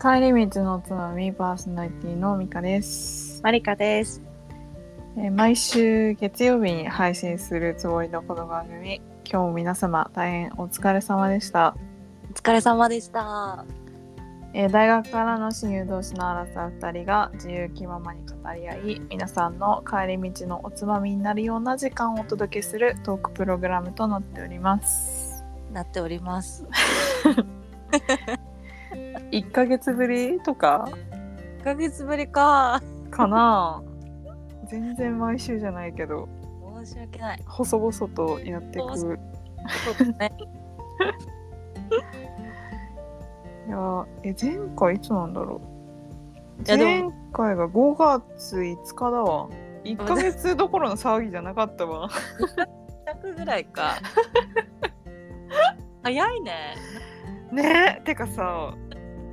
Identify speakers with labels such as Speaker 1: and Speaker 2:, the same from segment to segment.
Speaker 1: 帰り道のおつまみパーソナリティのミカです、
Speaker 2: マリカです。
Speaker 1: えー毎週月曜日に配信するつもりのこの番組今日も皆様大変お疲れ様でした、
Speaker 2: お疲れ様でした。
Speaker 1: えー大学からの親友同士のアラサー2人が自由気ままに語り合い皆さんの帰り道のおつまみになるような時間をお届けするトークプログラムとなっております
Speaker 2: なっております。
Speaker 1: 1ヶ月ぶりとか
Speaker 2: 1ヶ月ぶりか。
Speaker 1: かな 全然毎週じゃないけど
Speaker 2: 申し訳ない。
Speaker 1: 細々とやっていく
Speaker 2: そうだね。
Speaker 1: いやーえ前回いつなんだろう
Speaker 2: いやで
Speaker 1: 前
Speaker 2: も
Speaker 1: 回が5月5日だわ1ヶ月どころの騒ぎじゃなかったわ
Speaker 2: 100ぐらいか。 早いね。
Speaker 1: ねえてかさ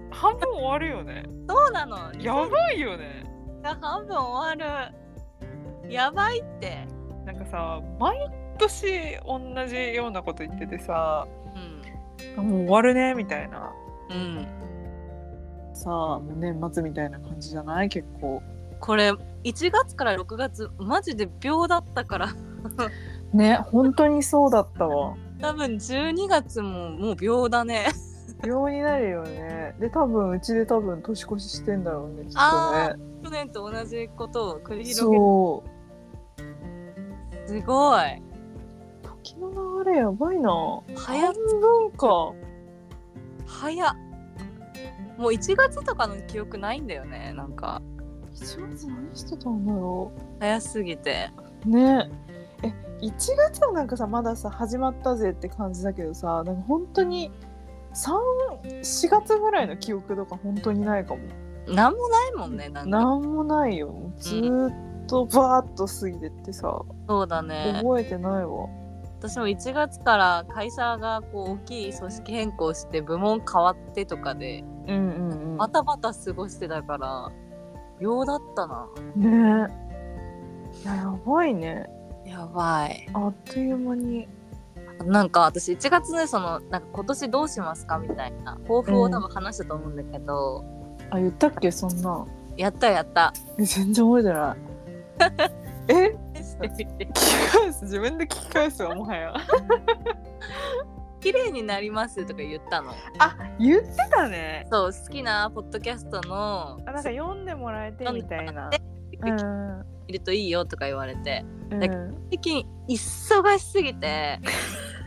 Speaker 1: 半分終わるよね
Speaker 2: そうなの。
Speaker 1: やばいよね
Speaker 2: 半分終わる。やばいって。
Speaker 1: なんかさ毎年同じようなこと言っててさ
Speaker 2: うん。
Speaker 1: もう終わるねみたいな
Speaker 2: うん。
Speaker 1: さあもう年末みたいな感じじゃない結構
Speaker 2: これ1月から6月マジで秒だったから。
Speaker 1: ね本当にそうだったわ
Speaker 2: 多分12月ももう秒だね。
Speaker 1: 病になるよねで多分うちで多分年越ししてんだろうねきっ
Speaker 2: あ
Speaker 1: とね
Speaker 2: 去年と同じことを繰り広げる。
Speaker 1: そう
Speaker 2: すごい。
Speaker 1: 時の流れやばいな
Speaker 2: 早
Speaker 1: 半
Speaker 2: っ
Speaker 1: 分か
Speaker 2: 早っもう1月とかの記憶ないんだよねなんか
Speaker 1: 一月何してたんだろ
Speaker 2: 早すぎて
Speaker 1: うねえ1月はなんかさまださ始まったぜって感じだけどさなんか本当に34月ぐらいの記憶とか本当にないかも
Speaker 2: なんもないもんねなんか
Speaker 1: なんもないよずーっとバーっと過ぎてってさ
Speaker 2: そうだね
Speaker 1: 覚えてないわ
Speaker 2: 私も1月から会社がこう大きい組織変更して部門変わってとかで
Speaker 1: うんうんうん
Speaker 2: バタバタ過ごしてたから秒だったな
Speaker 1: ねえいややばいね
Speaker 2: やばい
Speaker 1: あっという間に
Speaker 2: なんか私1月ねそのなんか今年どうしますかみたいな抱負を多分話したと思うんだけど、
Speaker 1: あ言ったっけそんな
Speaker 2: やったや った
Speaker 1: え全然覚えてないえ聞き返す自分で聞き返すわもはや
Speaker 2: 綺麗になりますとか言ったの
Speaker 1: 言ってたね
Speaker 2: そう好きなポッドキャストの
Speaker 1: あなんか読んでもらえてみたいな
Speaker 2: で
Speaker 1: うん、
Speaker 2: いるといいよとか言われて
Speaker 1: うん、
Speaker 2: 最近忙しすぎ て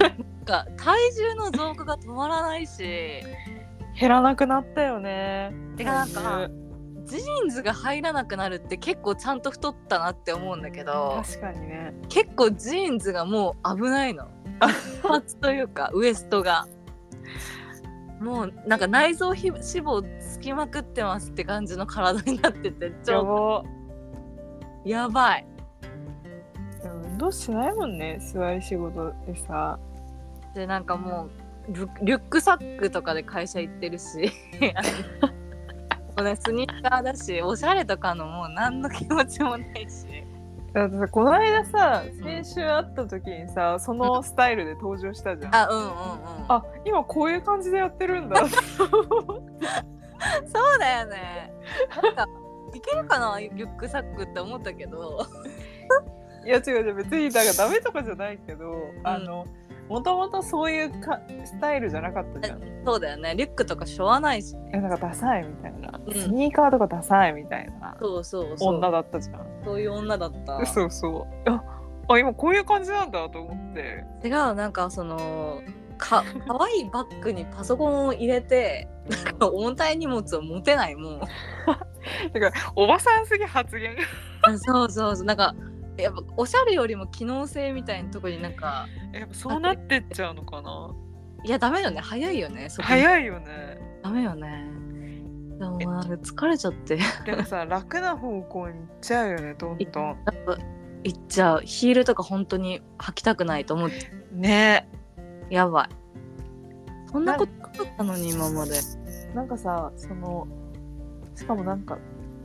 Speaker 2: なんか体重の増加が止まらないし
Speaker 1: 減らなくなったよね
Speaker 2: てかなんかジーンズが入らなくなるって結構ちゃんと太ったなって思うんだけど
Speaker 1: 確かにね
Speaker 2: 結構ジーンズがもう危ないのパーツというかウエストがもうなんか内臓ひ脂肪つきまくってますって感じの体になっててち
Speaker 1: や
Speaker 2: ょ
Speaker 1: ば
Speaker 2: やばい
Speaker 1: でも運動しないもんね座り仕事でさ
Speaker 2: でなんかもうリュリュックサックとかで会社行ってる しあのもうねスニーカーだしおしゃれとかのもう何の気持ちもないし
Speaker 1: だってさこの間さ先週会った時にさそのスタイルで登場したじゃん
Speaker 2: あうんうんうん
Speaker 1: あ今こういう感じでやってるんだ
Speaker 2: そうだよねなんか いけるかなリュックサックって思ったけど
Speaker 1: いや違う違う別にだからダメとかじゃないけど、あのもともとそういうかスタイルじゃなかったじゃん。
Speaker 2: そうだよねリュックとかしょわないし
Speaker 1: えなんかダサいみたいな、
Speaker 2: うん
Speaker 1: スニーカーとかダサいみたいな
Speaker 2: そうそうそう
Speaker 1: 女だったじゃん。
Speaker 2: そういう女だった
Speaker 1: そうそう。ああ今こういう感じなんだと思って。
Speaker 2: 違うなんかそのか可愛いバッグにパソコンを入れてなんか重たい荷物を持てないもう
Speaker 1: だからおばさんすぎ発言 が。
Speaker 2: あそうそうそうなんかやっぱおしゃれよりも機能性みたいなとこになんか
Speaker 1: やっぱそうなってっちゃうのかな。
Speaker 2: いやダメよね早いよねそこい
Speaker 1: 早いよね。
Speaker 2: ダメよねでもなんか疲れちゃって
Speaker 1: でもさ楽な方向に行っちゃうよねどんどん。
Speaker 2: いっちゃうヒールとか本当に履きたくないと思って
Speaker 1: ね
Speaker 2: やばいそんなことなかったのに今まで
Speaker 1: なんかさそのしかもなんか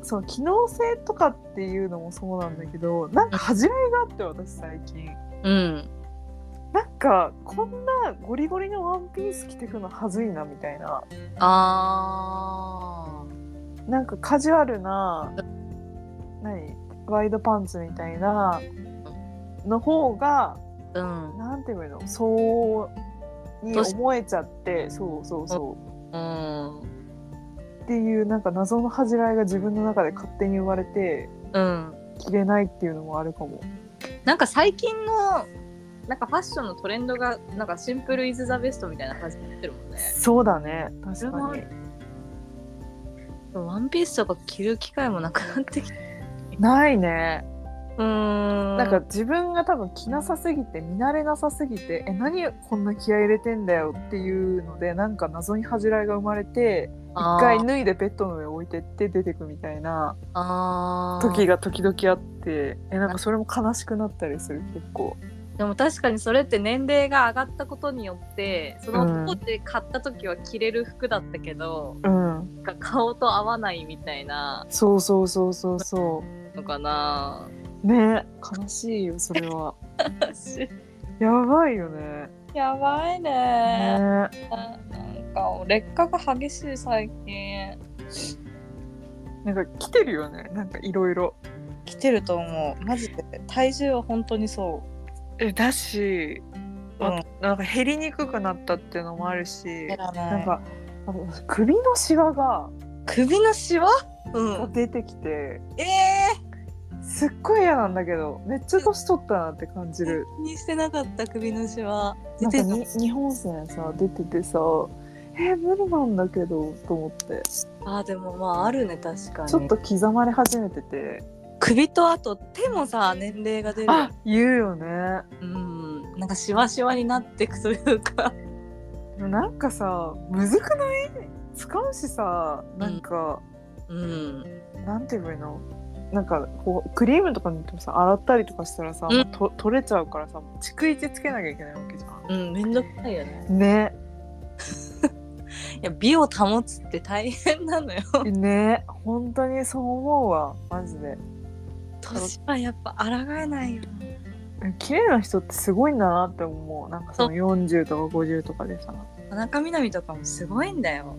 Speaker 1: その機能性とかっていうのもそうなんだけどなんか恥じらいがあって私最近
Speaker 2: うん
Speaker 1: なんかこんなゴリゴリのワンピース着てくのはずいなみたいな
Speaker 2: あ
Speaker 1: なんかカジュアルな何ワイドパンツみたいなの方が
Speaker 2: ーうん
Speaker 1: なんていうのそうに思えちゃってそうそうそう
Speaker 2: うん
Speaker 1: っていうなんか謎の恥じらいが自分の中で勝手に生まれて
Speaker 2: うん
Speaker 1: 着れないっていうのもあるかも。
Speaker 2: なんか最近のなんかファッションのトレンドがなんかシンプルイズザベストみたいな感じになってるもんね
Speaker 1: そうだね確かに
Speaker 2: うワンピースとか着る機会もなくなってきて
Speaker 1: ないね、
Speaker 2: うーん
Speaker 1: なんか自分が多分着なさすぎて見慣れなさすぎてえ何こんな気合い入れてんだよっていうのでなんか謎に恥じらいが生まれて一
Speaker 2: 一
Speaker 1: 回脱いでベッドの上置いてって出てくみたいな
Speaker 2: あー
Speaker 1: 時が時々あってえなんかそれも悲しくなったりする結構
Speaker 2: でも確かにそれって年齢が上がったことによってその当時買った時は着れる服だったけど、
Speaker 1: うん
Speaker 2: なんか顔と合わないみたいな
Speaker 1: そうそうそうそうそ
Speaker 2: のかな
Speaker 1: うね悲しいよそれは やばいよね
Speaker 2: やばいね
Speaker 1: ね
Speaker 2: なんか劣化が激しい最近
Speaker 1: なんか来てるよねなんかいろいろ
Speaker 2: 来てると思うマジで体重は本当にそ
Speaker 1: えだし、
Speaker 2: うん
Speaker 1: あなんか減りにくくなったっていうのもあるし
Speaker 2: う
Speaker 1: な
Speaker 2: なん
Speaker 1: かあの首のシワが
Speaker 2: 首のシワう
Speaker 1: 出てきて、
Speaker 2: え
Speaker 1: すっごい嫌なんだけどめっちゃ年取ったなって感じる、
Speaker 2: 気にしてなかった首のシワ
Speaker 1: なんかに日本線さ出ててさえー無理なんだけどと思って
Speaker 2: あーでもまああるね確かに
Speaker 1: ちょっと刻まれ始めてて
Speaker 2: 首とあと手もさ年齢が出る
Speaker 1: あ言うよね
Speaker 2: うんなんかしわしわになってくというか
Speaker 1: なんかさむずくない使うしさなんか、
Speaker 2: うん
Speaker 1: なんて言えばいいのなんかこうクリームとか塗ってもさ洗ったりとかしたらさ、
Speaker 2: うん
Speaker 1: と取れちゃうからさ逐一つけなきゃいけないわけじゃ
Speaker 2: うんめんどくさいよね
Speaker 1: ん。ね
Speaker 2: いや美を保つって大変なのよ
Speaker 1: ね本当にそう思うわマジで。
Speaker 2: 年はやっぱ抗えないよ
Speaker 1: 綺麗な人ってすごいんだなって思うなんかその40とか50とかでさ
Speaker 2: 田中みな実とかもすごいんだよ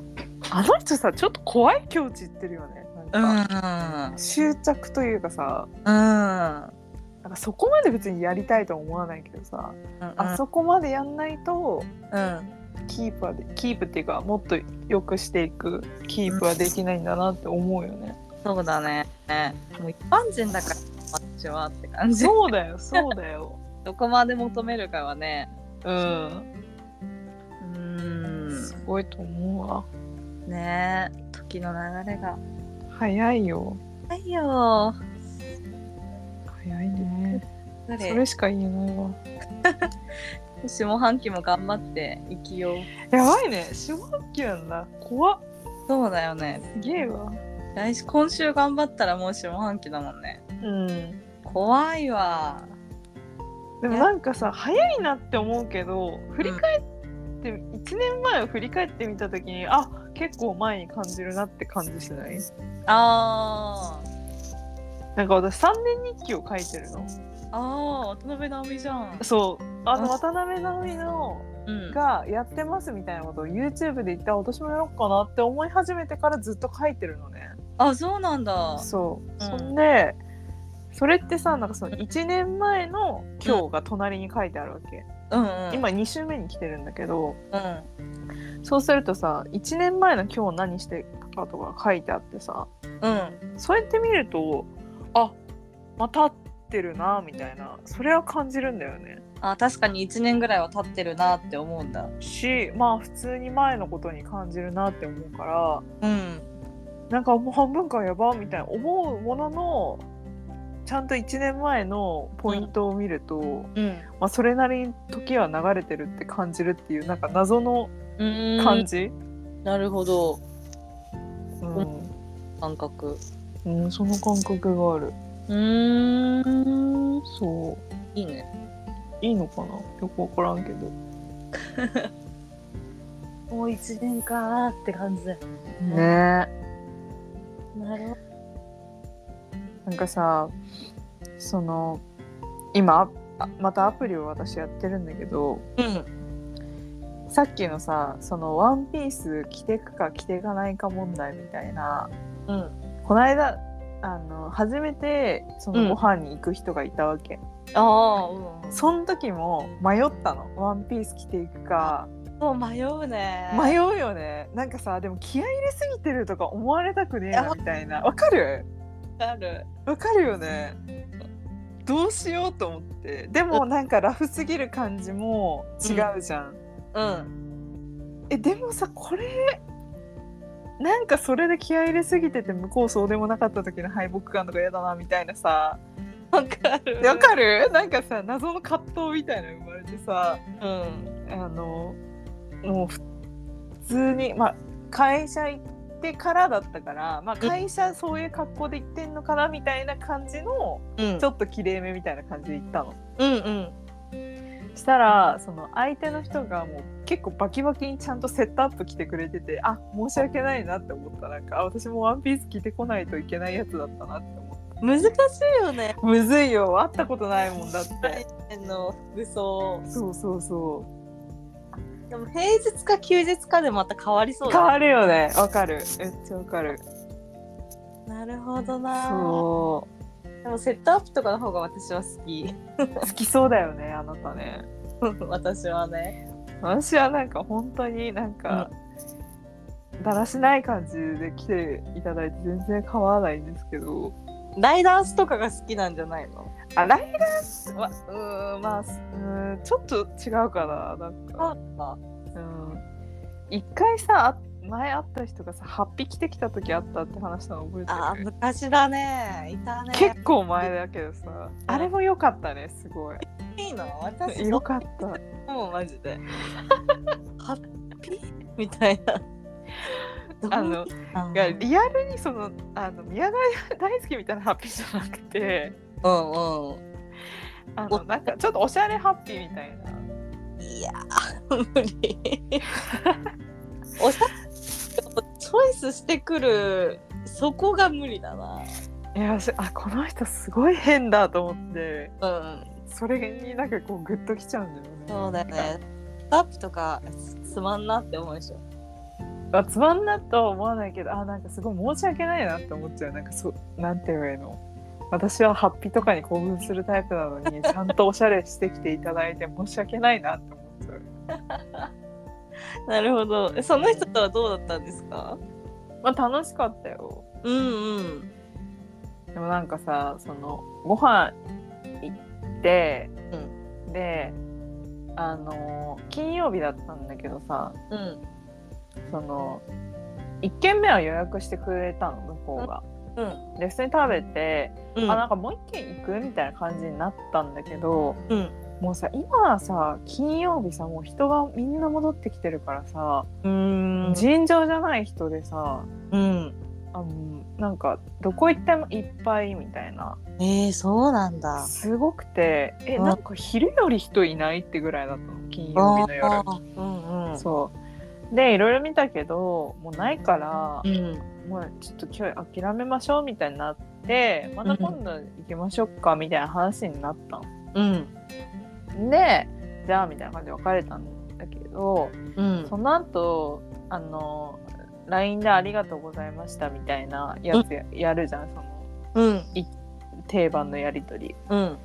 Speaker 1: あの人さちょっと怖い境地行ってるよねなんか、
Speaker 2: ん
Speaker 1: 執着というかさ
Speaker 2: うん
Speaker 1: なんかそこまで別にやりたいとは思わないけどさ、あ
Speaker 2: あそ
Speaker 1: そこまでやんないと
Speaker 2: うん
Speaker 1: キープはでキープっていうかもっと良くしていくキープはできないんだなって思うよね。
Speaker 2: そうだねもう一般人だから私はって感じ
Speaker 1: そうだよそうだよ。
Speaker 2: どこまで求めるかはね
Speaker 1: うん、
Speaker 2: うん
Speaker 1: すごいと思うわ。
Speaker 2: ねえ時の流れが
Speaker 1: 早いよ
Speaker 2: はいよ
Speaker 1: 早いね。
Speaker 2: そ
Speaker 1: それしか言えないわ。
Speaker 2: 下半期も頑張って生きよう
Speaker 1: やばいね四半期なんだ怖っ
Speaker 2: そうだよね
Speaker 1: すげえわ。
Speaker 2: 来週今週頑張ったらもう下半期だもんね
Speaker 1: うん。で
Speaker 2: 怖いわ
Speaker 1: もなんかさ早いなって思うけど振り返って、1年前を振り返ってみた時にあ結構前に感じるなって感じしない
Speaker 2: あー
Speaker 1: なんか私3年日記を書いてるの。
Speaker 2: あー渡辺直美じゃん
Speaker 1: そうあの
Speaker 2: あ
Speaker 1: 渡辺直美の
Speaker 2: うん
Speaker 1: がやってますみたいなことを YouTube で言ったら私もやろうかなって思い始めてからずっと書いてるのね。
Speaker 2: あそうなんだ
Speaker 1: そう、
Speaker 2: うん
Speaker 1: そんでそれってさなんかその1年前の今日が隣に書いてあるわけ、
Speaker 2: うんうん
Speaker 1: 今2週目に来てるんだけど
Speaker 2: うん
Speaker 1: そうするとさ1年前の今日何してたかとか書いてあってさ
Speaker 2: うん
Speaker 1: そうやって見るとあまた合ってるなみたいなそれは感じるんだよね
Speaker 2: あ確かに1年ぐらいは経ってるなって思うんだ
Speaker 1: しまあ普通に前のことに感じるなって思うから
Speaker 2: うん
Speaker 1: なんかもう半分かやばみたいな思うもののちゃんと1年前のポイントを見ると、
Speaker 2: うん
Speaker 1: まあ、それなりに時は流れてるって感じるっていうなんか謎の
Speaker 2: うーん
Speaker 1: 感じ、
Speaker 2: なるほど
Speaker 1: うん
Speaker 2: 感覚
Speaker 1: うんその感覚がある
Speaker 2: うーん
Speaker 1: そう
Speaker 2: いいね
Speaker 1: いいのかなよくわからんけど、
Speaker 2: もう1年かーって感じだよね
Speaker 1: ね
Speaker 2: なるほど
Speaker 1: なんかさその今あまたアプリを私やってるんだけど
Speaker 2: うん
Speaker 1: さっきのさそのワンピース着てくか着ていかないか問題みたいな
Speaker 2: うん
Speaker 1: この間あの初めてそのご飯に行く人がいたわけ、
Speaker 2: ああうん
Speaker 1: その時も迷ったのワンピース着ていくか
Speaker 2: もう迷うね
Speaker 1: 迷うよねなんかさでも気合い入れすぎてるとか思われたくねえなみたいなわかる
Speaker 2: ある
Speaker 1: わかるよねどうしようと思ってでもなんかラフすぎる感じも違うじゃん、
Speaker 2: うん
Speaker 1: えでもさこれなんかそれで気合い入れすぎてて向こうそうでもなかった時の敗北感とか嫌だなみたいなさ
Speaker 2: わかる
Speaker 1: わかるなんかさ謎の葛藤みたいなの生まれてさ
Speaker 2: うん
Speaker 1: あのもうふ普通に、まあ、会社行ってからだったから、まあ、会社そういう格好で行ってんのかなみたいな感じの
Speaker 2: うん
Speaker 1: ちょっときれいめみたいな感じで行ったの。
Speaker 2: うんうん
Speaker 1: したらその相手の人がもう結構バキバキにちゃんとセットアップ来てくれててあ申し訳ないなって思ったなんかあ私もワンピース着てこないといけないやつだったなって思っ
Speaker 2: 難しいよね
Speaker 1: たむずいよ会ったことないもんだって
Speaker 2: の服装
Speaker 1: そうそうそう
Speaker 2: でも平日か休日かでまた変わりそう
Speaker 1: 変
Speaker 2: だ
Speaker 1: わるよねわかるめっちゃわかる
Speaker 2: なるほどな
Speaker 1: そ
Speaker 2: でもセットアップとかの方が私は好き
Speaker 1: う好きそうだよねあなたね
Speaker 2: 私はね
Speaker 1: 私はなんか本当になんか、だらしない感じで来ていただいて全然構わないんですけど、
Speaker 2: ライダースとかが好きなんじゃないの
Speaker 1: あライダースはうーんまあうーんちょっと違うかななんか
Speaker 2: あ
Speaker 1: うん一回さあ前会った人がさハッピー着てきた時あったって話したの覚えて
Speaker 2: あ
Speaker 1: る
Speaker 2: 昔だねいたね
Speaker 1: 結構前だけどさあれも良かったねすごい
Speaker 2: いいの私
Speaker 1: 良かった
Speaker 2: もうマジでハッピー みたいな
Speaker 1: あのがリアルにそのあの宮川大好きみたいなハッピーじゃなくて
Speaker 2: うんう
Speaker 1: あのなんかちょっとおしゃれハッピーみたいなん
Speaker 2: いやー無理おしゃチョイスしてくるそこが無理だない
Speaker 1: や私あこの人すごい変だと思って
Speaker 2: うん
Speaker 1: それになんかこうグッときちゃうんだよね
Speaker 2: そうだよねスタッフとかつつまんなって思うでしょ
Speaker 1: まあ、つまんなとは思わないけどあなんかすごい申し訳ないなって思っちゃうなんかそうなんて言えばいいの私はハッピーとかに興奮するタイプなの にちゃんとおしゃれしてきていただいて申し訳ないなって思っちゃう、
Speaker 2: なるほどえその人とはどうだったんですか
Speaker 1: まあ、楽しかったよ
Speaker 2: うんうん
Speaker 1: でもなんかさそのご飯行って、であの金曜日だったんだけどさ
Speaker 2: うん
Speaker 1: その1軒目は予約してくれたの向こうが。
Speaker 2: うん
Speaker 1: で普通に食べて
Speaker 2: うん
Speaker 1: あなんかもう一軒行くみたいな感じになったんだけど
Speaker 2: うん
Speaker 1: もうさ今さ金曜日さもう人がみんな戻ってきてるからさ、
Speaker 2: うん
Speaker 1: 尋常じゃない人でさ
Speaker 2: うん
Speaker 1: あのなんかどこ行ってもいっぱいみたいな
Speaker 2: えー、そうなんだ
Speaker 1: すごくてえ
Speaker 2: うん
Speaker 1: なんか昼より人いないってぐらいだったの金曜日の夜
Speaker 2: あ。ーうんうん
Speaker 1: そうでいろいろ見たけどもうないから
Speaker 2: う、ん
Speaker 1: もうちょっと今日諦めましょうみたいになってまた今度行きましょうかみたいな話になったの。
Speaker 2: うん
Speaker 1: でじゃあみたいな感じで別れたんだけど
Speaker 2: うん
Speaker 1: その後あの LINE で「ありがとうございました」みたいなやつややるじゃんその
Speaker 2: うん
Speaker 1: 定番のやり取り。
Speaker 2: うん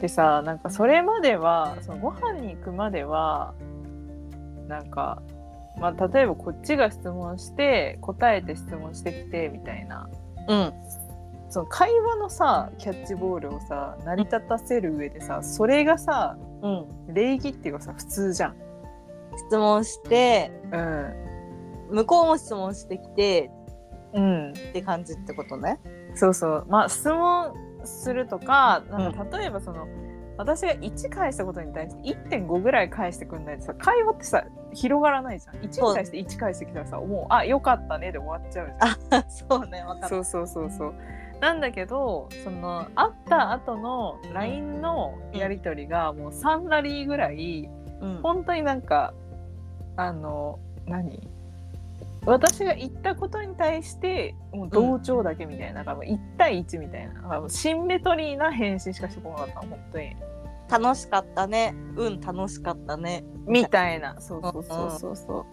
Speaker 1: でさなんかそれまではそのご飯に行くまではなんか、まあ、例えばこっちが質問して答えて質問してきてみたいな
Speaker 2: うん
Speaker 1: その会話のさキャッチボールをさ成り立たせる上でさそれがさ
Speaker 2: うん
Speaker 1: 礼儀っていうかさ普通じゃん。
Speaker 2: 質問して
Speaker 1: うん
Speaker 2: 向こうも質問してきて
Speaker 1: うん、
Speaker 2: って感じってことね
Speaker 1: そうそうまあ質問するとかなん
Speaker 2: う
Speaker 1: か例えばその、私が1返したことに対して1.5ぐらい返してくんないとさ会話ってさ広がらないじゃん1
Speaker 2: そう
Speaker 1: に対して1返してきたらさもう「あよかったね」で終わっちゃうじゃん。
Speaker 2: そうねわか
Speaker 1: そうそうそうそうなんだけどその会った後の LINE のやり取りがもう3なりぐらい
Speaker 2: うん
Speaker 1: 本当になんかあの何私が言ったことに対してもう同調だけみたいな、なんかもう1対1みたいななんかもうシンメトリーな返信しかしてこなかったの本当に
Speaker 2: 楽しかったねうん楽しかったね
Speaker 1: みたいなそうそうそうそうそ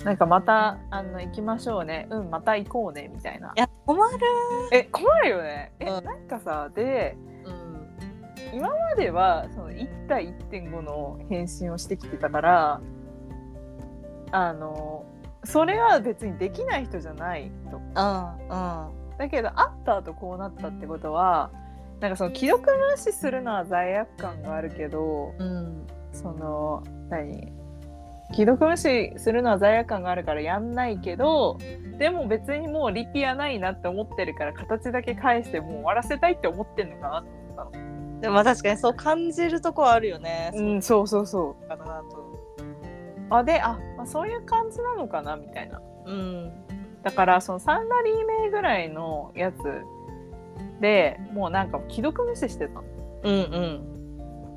Speaker 1: うなんかまたあの行きましょうねうんまた行こうねみたいない
Speaker 2: や困る
Speaker 1: え困るよねえ、
Speaker 2: うん
Speaker 1: なんかさで
Speaker 2: うん
Speaker 1: 今まではその1対1.5の返信をしてきてたからあのそれは別にできない人じゃないと
Speaker 2: うんうん
Speaker 1: だけど会った後こうなったってことはなんかその既読無視するのは罪悪感があるけど
Speaker 2: うん
Speaker 1: その何既読無視するのは罪悪感があるからやんないけどでも別にもう力也ないなって思ってるから形だけ返してもう終わらせたいって思ってんのかなって思ったの。
Speaker 2: でもまあ確かにそう感じるとこはあるよね。
Speaker 1: う
Speaker 2: そ
Speaker 1: ん、そうそうそう
Speaker 2: うかなと。
Speaker 1: あであ、まあ、そういう感じなのかなみたいな
Speaker 2: うん。
Speaker 1: だからそのサンラリー名ぐらいのやつでもうなんか既読無視してたの
Speaker 2: うんう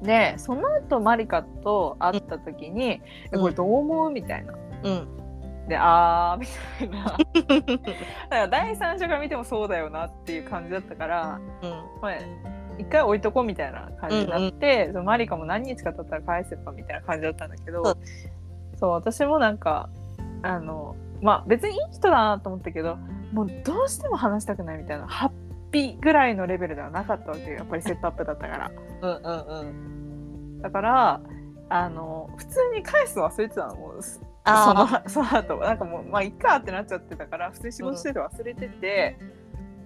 Speaker 2: ん。
Speaker 1: でその後マリカと会った時に「えこれどう思う?」みたいな
Speaker 2: うん。
Speaker 1: で「あー」みたいなだから第三者から見てもそうだよなっていう感じだったから
Speaker 2: うん。
Speaker 1: これ一回置いとこうみたいな感じになって、そのマリカも何日か経ったら返せばみたいな感じだったんだけど、
Speaker 2: そう
Speaker 1: そう私もなんかあのまあ別にいい人だなと思ったけどもうどうしても話したくないみたいなハッピーぐらいのレベルではなかったわけよやっぱりセットアップだったから
Speaker 2: うんうんうん。
Speaker 1: だからあの普通に返すの忘れてたのもうそそ
Speaker 2: あ
Speaker 1: のその後なんかもうまあいっかってなっちゃってたから普通に仕事してて忘れてて、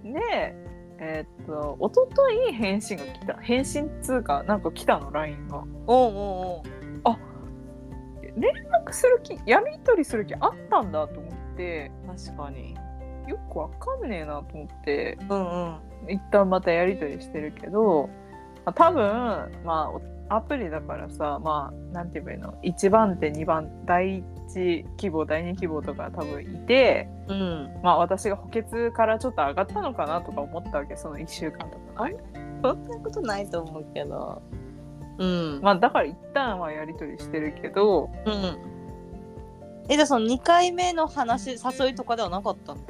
Speaker 1: でえーっと一昨日返信が来た返信っつうかなんか来たの LINE が
Speaker 2: あ。おうおうおう。
Speaker 1: 連絡する気やり取りする気あったんだと思って
Speaker 2: 確かに。
Speaker 1: よくわかんねえなと思って
Speaker 2: うんうん。
Speaker 1: 一旦またやり取りしてるけど、まあ、多分まあおアプリだからさまあなんて言えばいいの1番手2番第1希望第2希望とか多分いて
Speaker 2: うん。
Speaker 1: まあ私が補欠からちょっと上がったのかなとか思ったわけその1週間とか
Speaker 2: あれそんなことないと思うけど。うん。
Speaker 1: まあだから一旦はやり取りしてるけど
Speaker 2: うん。え、じゃあその2回目の話、誘いとかではなかったの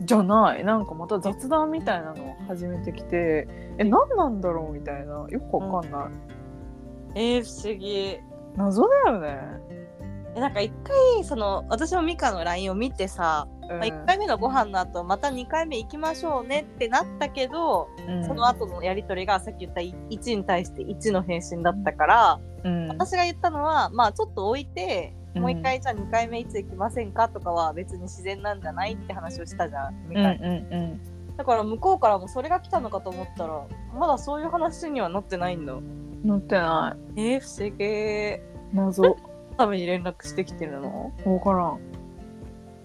Speaker 1: じゃないなんかまた雑談みたいなのを始めてきてえ何なんだろうみたいなよくわかんない、
Speaker 2: えー、不思議。
Speaker 1: 謎だよね、
Speaker 2: え、なんか1回、その、私もミカの LINE を見てさ、
Speaker 1: うん
Speaker 2: まあ、1回目のご飯の後、また2回目行きましょうねってなったけど、
Speaker 1: うん
Speaker 2: その後のやり取りがさっき言った1に対して1の返信だったから、
Speaker 1: うん
Speaker 2: 私が言ったのはまあちょっと置いて、
Speaker 1: うん
Speaker 2: もう一回じゃあ2回目いつ行きませんかとかは別に自然なんじゃないって話をしたじゃんみ
Speaker 1: うんう
Speaker 2: たいな、
Speaker 1: ん
Speaker 2: だから向こうからもそれが来たのかと思ったらまだそういう話にはなってないんだ
Speaker 1: うん載ってな
Speaker 2: えー、不思議
Speaker 1: い謎
Speaker 2: ために連絡してきてるの
Speaker 1: 分からん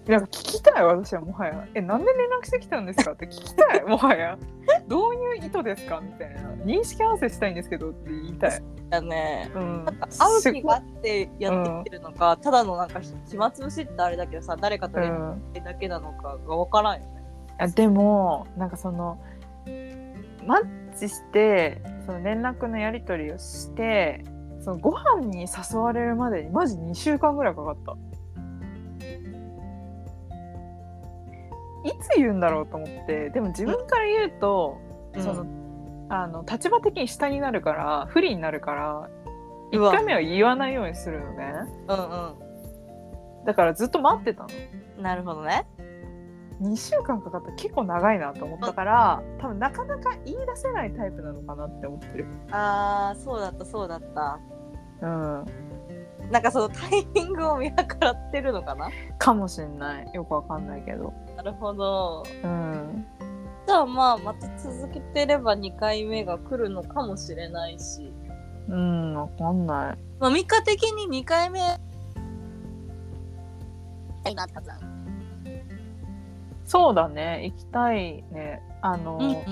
Speaker 1: なんか聞きたい私はもはやえなんで連絡してきたんですかって聞きたい もはやどういう意図ですかみたいな認識合わせしたいんですけどって言いたい
Speaker 2: だね
Speaker 1: うん
Speaker 2: なんか会う気があってやってきてるのか、ただのなんか暇つぶしってあれだけどさ誰かと
Speaker 1: う
Speaker 2: 連絡し
Speaker 1: ん、
Speaker 2: てるだけなのかが分からんよね
Speaker 1: あでもなんかそのマッチしてその連絡のやり取りをしてそのご飯に誘われるまでにマジ2週間ぐらいかかったいつ言うんだろうと思ってでも自分から言うと、そのあの立場的に下になるから不利になるから
Speaker 2: う
Speaker 1: 1
Speaker 2: わ
Speaker 1: 回目は言わないようにするのね
Speaker 2: うん
Speaker 1: だからずっと待ってたの
Speaker 2: うん。なるほどね。
Speaker 1: 2週間かかったら結構長いなと思ったから多分なかなか言い出せないタイプなのかなって思ってる
Speaker 2: ああ、そうだった、そうだった。
Speaker 1: うん
Speaker 2: なんかそのタイミングを見計らってるのかな
Speaker 1: かもしんないよくわかんないけど
Speaker 2: なるほど。
Speaker 1: うん
Speaker 2: じゃあまあ、また続けてれば2回目が来るのかもしれないし。
Speaker 1: うんわかんない
Speaker 2: まあ、3日的に2回目。はい、なったじゃん。
Speaker 1: そうだね行きたいねあの、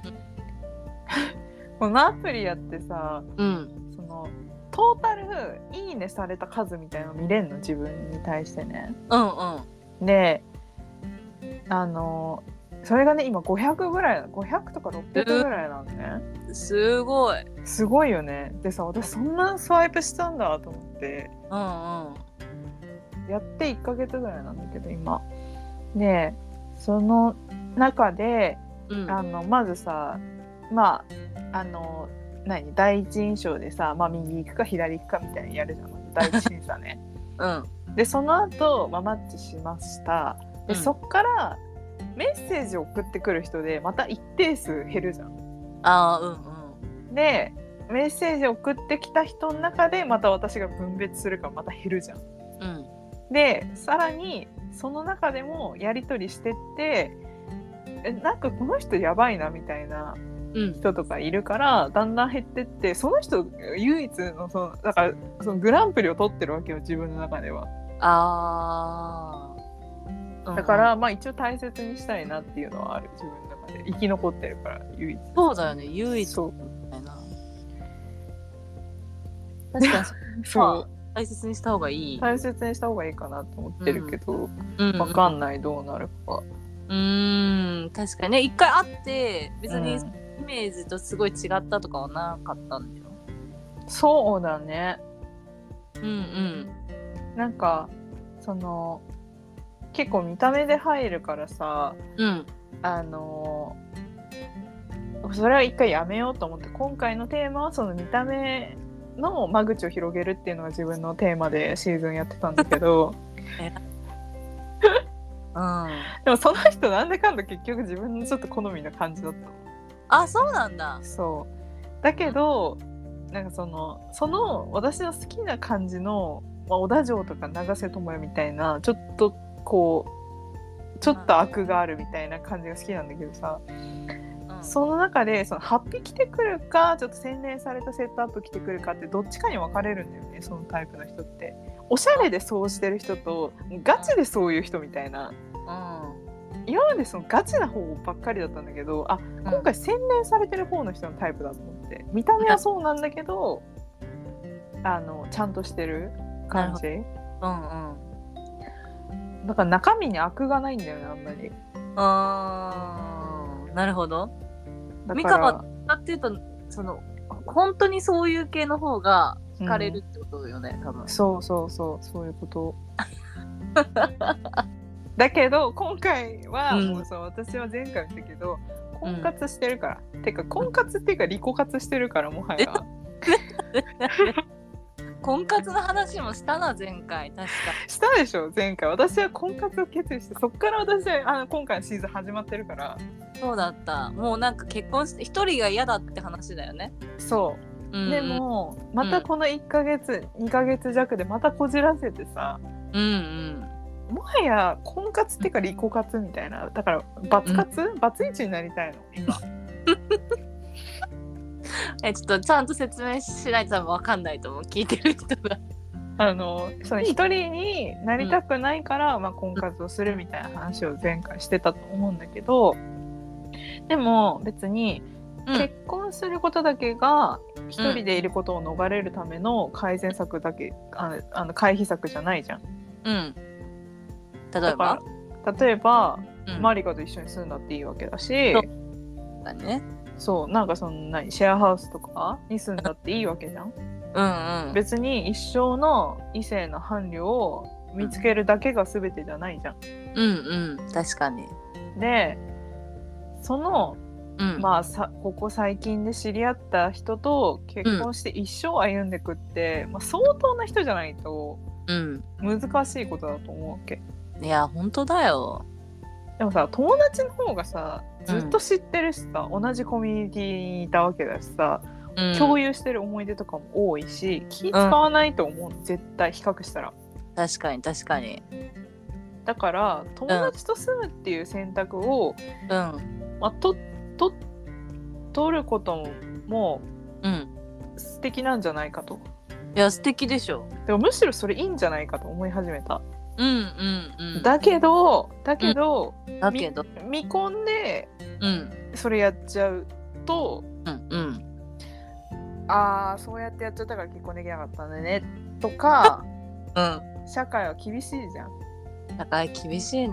Speaker 1: このアプリやってさ
Speaker 2: うん。
Speaker 1: そのトータルいいねされた数みたいなの見れんの自分に対してね
Speaker 2: うんうん。
Speaker 1: であのそれがね今500ぐらい500とか600ぐらいなんね、
Speaker 2: すごい。うん
Speaker 1: すごいよねでさ私そんなスワイプしたんだと思って
Speaker 2: うん。
Speaker 1: やって1ヶ月ぐらいなんだけど今でその中で
Speaker 2: うん。
Speaker 1: あのまずさまああの何第一印象でさ、まあ、右行くか左行くかみたいにやるじゃん第一審査 ね
Speaker 2: うん
Speaker 1: でその後、まあマッチしましたで、
Speaker 2: うん
Speaker 1: そっからメッセージを送ってくる人でまた一定数減るじゃん
Speaker 2: ああうん
Speaker 1: でメッセージを送ってきた人の中でまた私が分別するからまた減るじゃん
Speaker 2: うんうん
Speaker 1: でさらにその中でもやり取りしてってえなんかこの人やばいなみたいな
Speaker 2: うん
Speaker 1: 人とかいるからだんだん減ってってその人唯一のそのだからそのグランプリを取ってるわけよ自分の中では
Speaker 2: ああ
Speaker 1: だから、まあ一応大切にしたいなっていうのはある自分の中で生き残ってるから唯一
Speaker 2: そうだよね唯一
Speaker 1: そう
Speaker 2: みたいな確かに
Speaker 1: そう
Speaker 2: 大切にした方がいい、
Speaker 1: 大切にした方がいいかなと思ってるけど、
Speaker 2: うん
Speaker 1: わかんないどうなるか
Speaker 2: うーん確かにね一回会って別に
Speaker 1: うん
Speaker 2: イメージとすごい違ったとかはなかったんだよ
Speaker 1: そうだね
Speaker 2: うんうん
Speaker 1: なんかその結構見た目で入るからさ
Speaker 2: うん
Speaker 1: あのそれは一回やめようと思って今回のテーマはその見た目の間口を広げるっていうのが自分のテーマでシーズンやってたんだけど
Speaker 2: うん
Speaker 1: でもその人なんだかんだ結局自分のちょっと好みな感じだったの
Speaker 2: あそうなんだ
Speaker 1: そうだけどなんかそのその私の好きな感じの、まあ、小田城とか長瀬智也みたいなちょっとこうちょっと悪があるみたいな感じが好きなんだけどさ
Speaker 2: うん
Speaker 1: その中でその8匹来てくるかちょっと洗練されたセットアップ来てくるかってどっちかに分かれるんだよねそのタイプの人って。おしゃれでそうしてる人とガチでそういう人みたいな
Speaker 2: うん
Speaker 1: 今までそのガチな方ばっかりだったんだけどあ今回洗練されてる方の人のタイプだと思って見た目はそうなんだけどあのちゃんとしてる感じ
Speaker 2: うんうん
Speaker 1: だから中身に悪がないんだよねあんまり
Speaker 2: あーなるほど
Speaker 1: だ
Speaker 2: ミ
Speaker 1: か
Speaker 2: カ
Speaker 1: ら
Speaker 2: はだっていうとその本当にそういう系の方が惹かれ
Speaker 1: う
Speaker 2: るってことよね、多分
Speaker 1: んそうそうそうそういうことだけど今回は
Speaker 2: うん
Speaker 1: もうそう私は前回も言ったけど婚活してるから、てか婚活っていうか利己活してるからもはや
Speaker 2: 婚活の話もしたな前回確か
Speaker 1: したでしょ前回私は婚活を決意してそっから私はあの今回のシーズン始まってるから
Speaker 2: そうだったもうなんか結婚して一人が嫌だって話だよね、
Speaker 1: そう
Speaker 2: うん
Speaker 1: でもまたこの1ヶ月、2ヶ月弱でまたこじらせてさ
Speaker 2: うんうん
Speaker 1: もはや婚活っていうか利己活みたいなだからバツ活、バツイチになりたいの今
Speaker 2: えちょっとちゃんと説明しないと多分わかんないと思う聞いてる人が
Speaker 1: あのその一人になりたくないから、まあ、婚活をするみたいな話を前回してたと思うんだけどでも別に
Speaker 2: うん
Speaker 1: 結婚することだけが一人でいることを逃れるための改善策だけ、ああの回避策じゃないじゃん。
Speaker 2: うん例え
Speaker 1: だ
Speaker 2: ば
Speaker 1: から例えば、
Speaker 2: うん
Speaker 1: マリカと一緒に住んだっていいわけだし、
Speaker 2: そうだね
Speaker 1: そうなんかその何シェアハウスとかに住んだっていいわけじゃん
Speaker 2: うんうん
Speaker 1: 別に一生の異性の伴侶を見つけるだけが全てじゃないじゃん。
Speaker 2: うんうん確かに
Speaker 1: でその、
Speaker 2: うん
Speaker 1: まあさここ最近で知り合った人と結婚して一生歩んでくって、まあ、相当な人じゃないと
Speaker 2: うん
Speaker 1: 難しいことだと思うわけ。
Speaker 2: いや本当だよ
Speaker 1: でもさ友達の方がさずっと知ってるしさ、同じコミュニティにいたわけだしさ、
Speaker 2: うん
Speaker 1: 共有してる思い出とかも多いし気使わないと思う、絶対比較したら
Speaker 2: 確かに確かに
Speaker 1: だから友達と住むっていう選択を、
Speaker 2: うん
Speaker 1: まあ、とと取ることもも
Speaker 2: うん
Speaker 1: う素敵なんじゃないかと
Speaker 2: いや素敵でしょ
Speaker 1: でもむしろそれいいんじゃないかと思い始めた、
Speaker 2: うんうんうん
Speaker 1: だけどだけど、
Speaker 2: だけど
Speaker 1: 未婚で
Speaker 2: うん
Speaker 1: それやっちゃうと
Speaker 2: うんうん
Speaker 1: ああそうやってやっちゃったから結婚できなかったんだねと か
Speaker 2: うん
Speaker 1: 社会は厳しいじゃん
Speaker 2: 社会厳しいね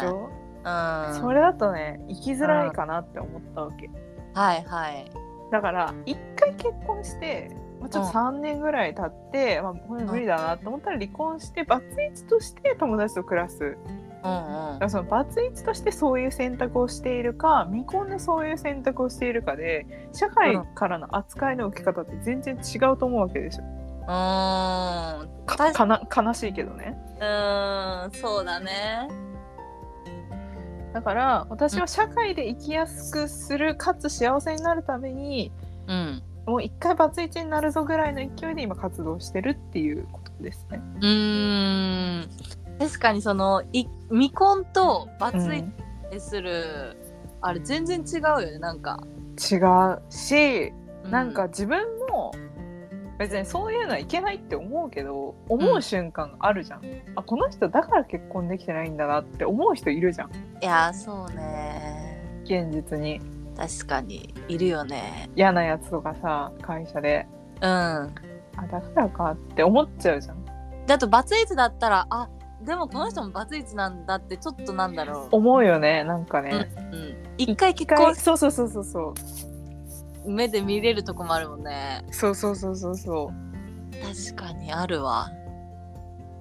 Speaker 1: でしょ、
Speaker 2: うん
Speaker 1: それだとね生きづらいかなって思ったわけ
Speaker 2: はいはい
Speaker 1: だから一回結婚して、まあ、ちょっと3年ぐらい経って、まあ、これ無理だなと思ったら離婚してバツイチとして友達と暮らす
Speaker 2: うん
Speaker 1: だからそのバツイチとしてそういう選択をしているか未婚でそういう選択をしているかで社会からの扱いの受け方って全然違うと思うわけでしょ。
Speaker 2: うんうん
Speaker 1: か
Speaker 2: 確
Speaker 1: かな悲しいけどね。
Speaker 2: うーんそうだね
Speaker 1: だから私は社会で生きやすくするかつ幸せになるために
Speaker 2: うん
Speaker 1: もう一回バツイチになるぞぐらいの勢いで今活動してるっていうことですね。
Speaker 2: うーん確かにそのい未婚とバツイ
Speaker 1: うん
Speaker 2: チする、あれ全然違うよねなんか、
Speaker 1: 違うしなんか自分も別にそういうのはいけないって思うけど思う瞬間があるじゃん、あこの人だから結婚できてないんだなって思う人いるじゃん
Speaker 2: いやそうね
Speaker 1: 現実に
Speaker 2: 確かにいるよね
Speaker 1: 嫌なやつとかさ会社で
Speaker 2: うん
Speaker 1: あだからかって思っちゃうじゃん
Speaker 2: だとバツイチだったらあでもこの人もバツイチなんだってちょっとなんだろう、
Speaker 1: 思うよねなんかね、
Speaker 2: うん、一回
Speaker 1: 一
Speaker 2: 結婚
Speaker 1: 回そうそうそうそうそう
Speaker 2: 目で見れるとこもあるもんね
Speaker 1: そうそうそうそうそ
Speaker 2: 確かにあるわ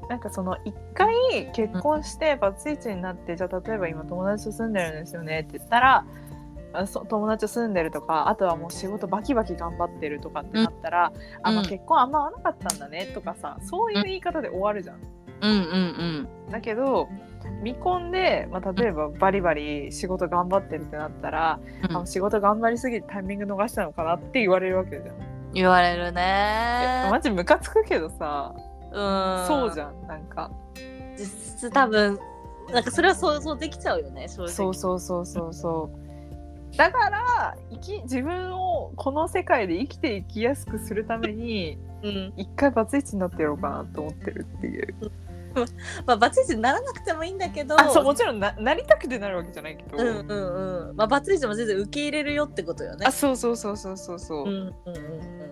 Speaker 1: うなんかその一回結婚してバツイチになってじゃあ例えば今友達と住んでるんですよねって言ったらあそ友達と住んでるとかあとはもう仕事バキバキ頑張ってるとかってなったら、あまあ
Speaker 2: うん
Speaker 1: 結婚あんま合わなかったんだねとかさそういう言い方で終わるじゃん。
Speaker 2: うんうん
Speaker 1: だけど未婚で、まあ、例えばバリバリ仕事頑張ってるってなったら、
Speaker 2: うん
Speaker 1: あの仕事頑張りすぎてタイミング逃したのかなって言われるわけじゃん。
Speaker 2: 言われるね
Speaker 1: マジムカつくけどさ、
Speaker 2: うん
Speaker 1: そうじゃんなんか
Speaker 2: 実質多分なんかそれは想像できちゃうよね正直
Speaker 1: そうそうそうそうそうだから生き自分をこの世界で生きていきやすくするために
Speaker 2: うん
Speaker 1: 一回バツイチになってやろうかなと思ってるっていう
Speaker 2: まあバツイチにならなくてもいいんだけど
Speaker 1: あそうもちろんななりたくてなるわけじゃないけど、
Speaker 2: うんうんうんまあバツイチも全然受け入れるよってことよね
Speaker 1: あそうそうそうそうそうそう、
Speaker 2: うんうんうんうん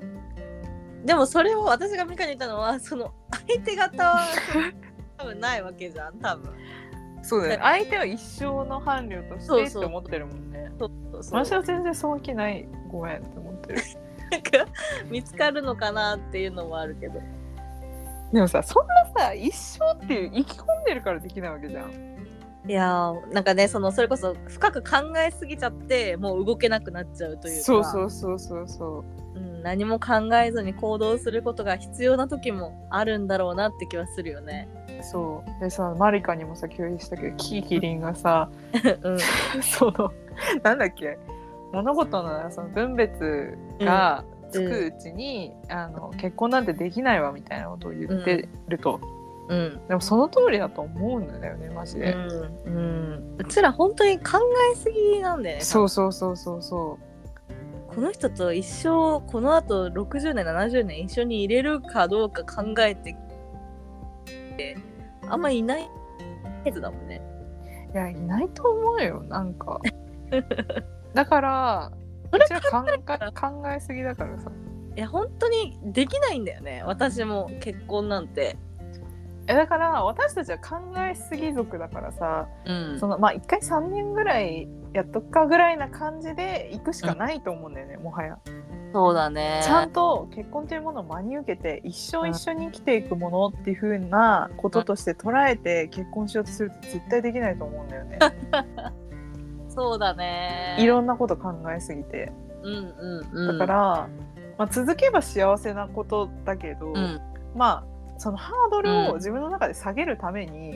Speaker 2: でもそれを私がミカに言ったのはその相手方は 多分ないわけじゃん多分
Speaker 1: そうだよね相手は一生の伴侶と
Speaker 2: そう
Speaker 1: し
Speaker 2: そ
Speaker 1: てって
Speaker 2: う
Speaker 1: 思ってるもんね
Speaker 2: そうそうそう
Speaker 1: 私は全然その気ないごめんって思ってる
Speaker 2: なんか見つかるのかなっていうのもあるけど
Speaker 1: でもさそんなさ一生っていう生き込んでるからできないわけじゃん
Speaker 2: いやーなんかねそのそれこそ深く考えすぎちゃってもう動けなくなっちゃうというか
Speaker 1: そうそうそうそうそう
Speaker 2: うん、何も考えずに行動することが必要な時もあるんだろうなって気はするよね。
Speaker 1: そうでさマリカにもさ共有したけどキーキリンがさ
Speaker 2: うん、
Speaker 1: そのなんだっけ物事のその分別がつくうちに、あの結婚なんてできないわみたいなことを言ってると、
Speaker 2: うん、
Speaker 1: でもその通りだと思うんだよねマジで、
Speaker 2: うん、うちら本当に考えすぎなんだよね。
Speaker 1: そうそうそうそうそ
Speaker 2: この人と一生この後60年70年一緒にいれるかどうか考えてってあんまいないやつだもんね。
Speaker 1: ういやいないと思うよなん かだから
Speaker 2: そうれ
Speaker 1: ちら考え考えすぎだからさ
Speaker 2: いや本当にできないんだよね私も結婚なんて。
Speaker 1: えだから私たちは考えすぎ族だからさ、
Speaker 2: うん
Speaker 1: そのまあ一回3年ぐらいやっとくかぐらいな感じで行くしかないと思うんだよね、もはや。
Speaker 2: そうだね
Speaker 1: ちゃんと結婚というものを真に受けて一生一緒に生きていくものっていう風なこととして捉えて結婚しようとすると絶対できないと思うんだよね。
Speaker 2: そうだね。
Speaker 1: いろんなこと考えすぎて。
Speaker 2: うんうんう
Speaker 1: だ
Speaker 2: ん。
Speaker 1: から、まあ、続けば幸せなことだけど、
Speaker 2: うん
Speaker 1: まあそのハードル
Speaker 2: う
Speaker 1: を
Speaker 2: ん
Speaker 1: 自分の中で下げるために、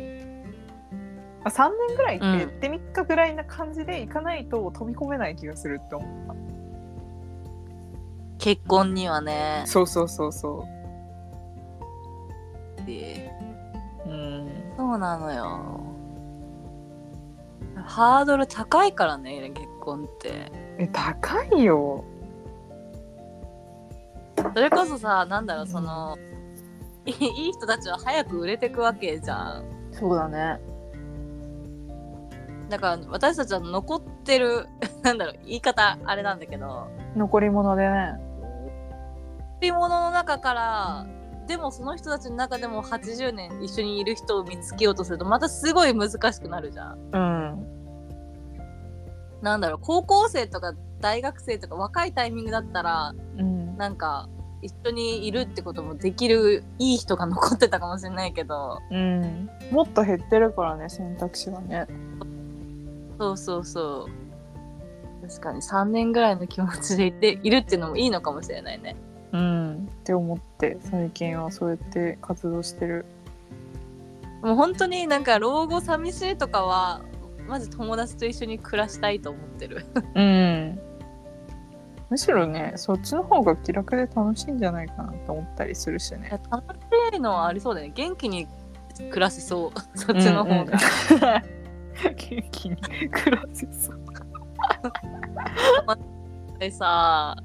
Speaker 1: まあ、3年ぐらい行ってやってみっかぐらいな感じで行かないと飛び込めない気がするって思う。
Speaker 2: 結婚にはね
Speaker 1: そうそうそうそう。うん。
Speaker 2: そうなのよハードル高いからね結婚って
Speaker 1: え高いよ。
Speaker 2: それこそさなんだろうそのいいい人たちは早く売れてくわけじゃん
Speaker 1: そうだね。
Speaker 2: だから私たちは残ってる なんだろう言い方あれなんだけど
Speaker 1: 残り物でね。
Speaker 2: 売り物の中からでもその人たちの中でも80年一緒にいる人を見つけようとするとまたすごい難しくなるじゃん
Speaker 1: うん。
Speaker 2: なんだろう高校生とか大学生とか若いタイミングだったら
Speaker 1: うん。
Speaker 2: なんか一緒にいるってこともできるいい人が残ってたかもしれないけど
Speaker 1: うん、もっと減ってるからね選択肢はね
Speaker 2: そうそうそう確かに3年ぐらいの気持ちでいているっていうのもいいのかもしれないね
Speaker 1: うんって思って最近はそうやって活動してる
Speaker 2: もう本当になんか老後寂しいとかはまず友達と一緒に暮らしたいと思ってる
Speaker 1: うんむしろねそっちの方が気楽で楽しいんじゃないかなと思ったりするしね
Speaker 2: 楽しいのはありそうだよね元気に暮らせそうそっち の方が、
Speaker 1: 元気に暮らせそう
Speaker 2: でさ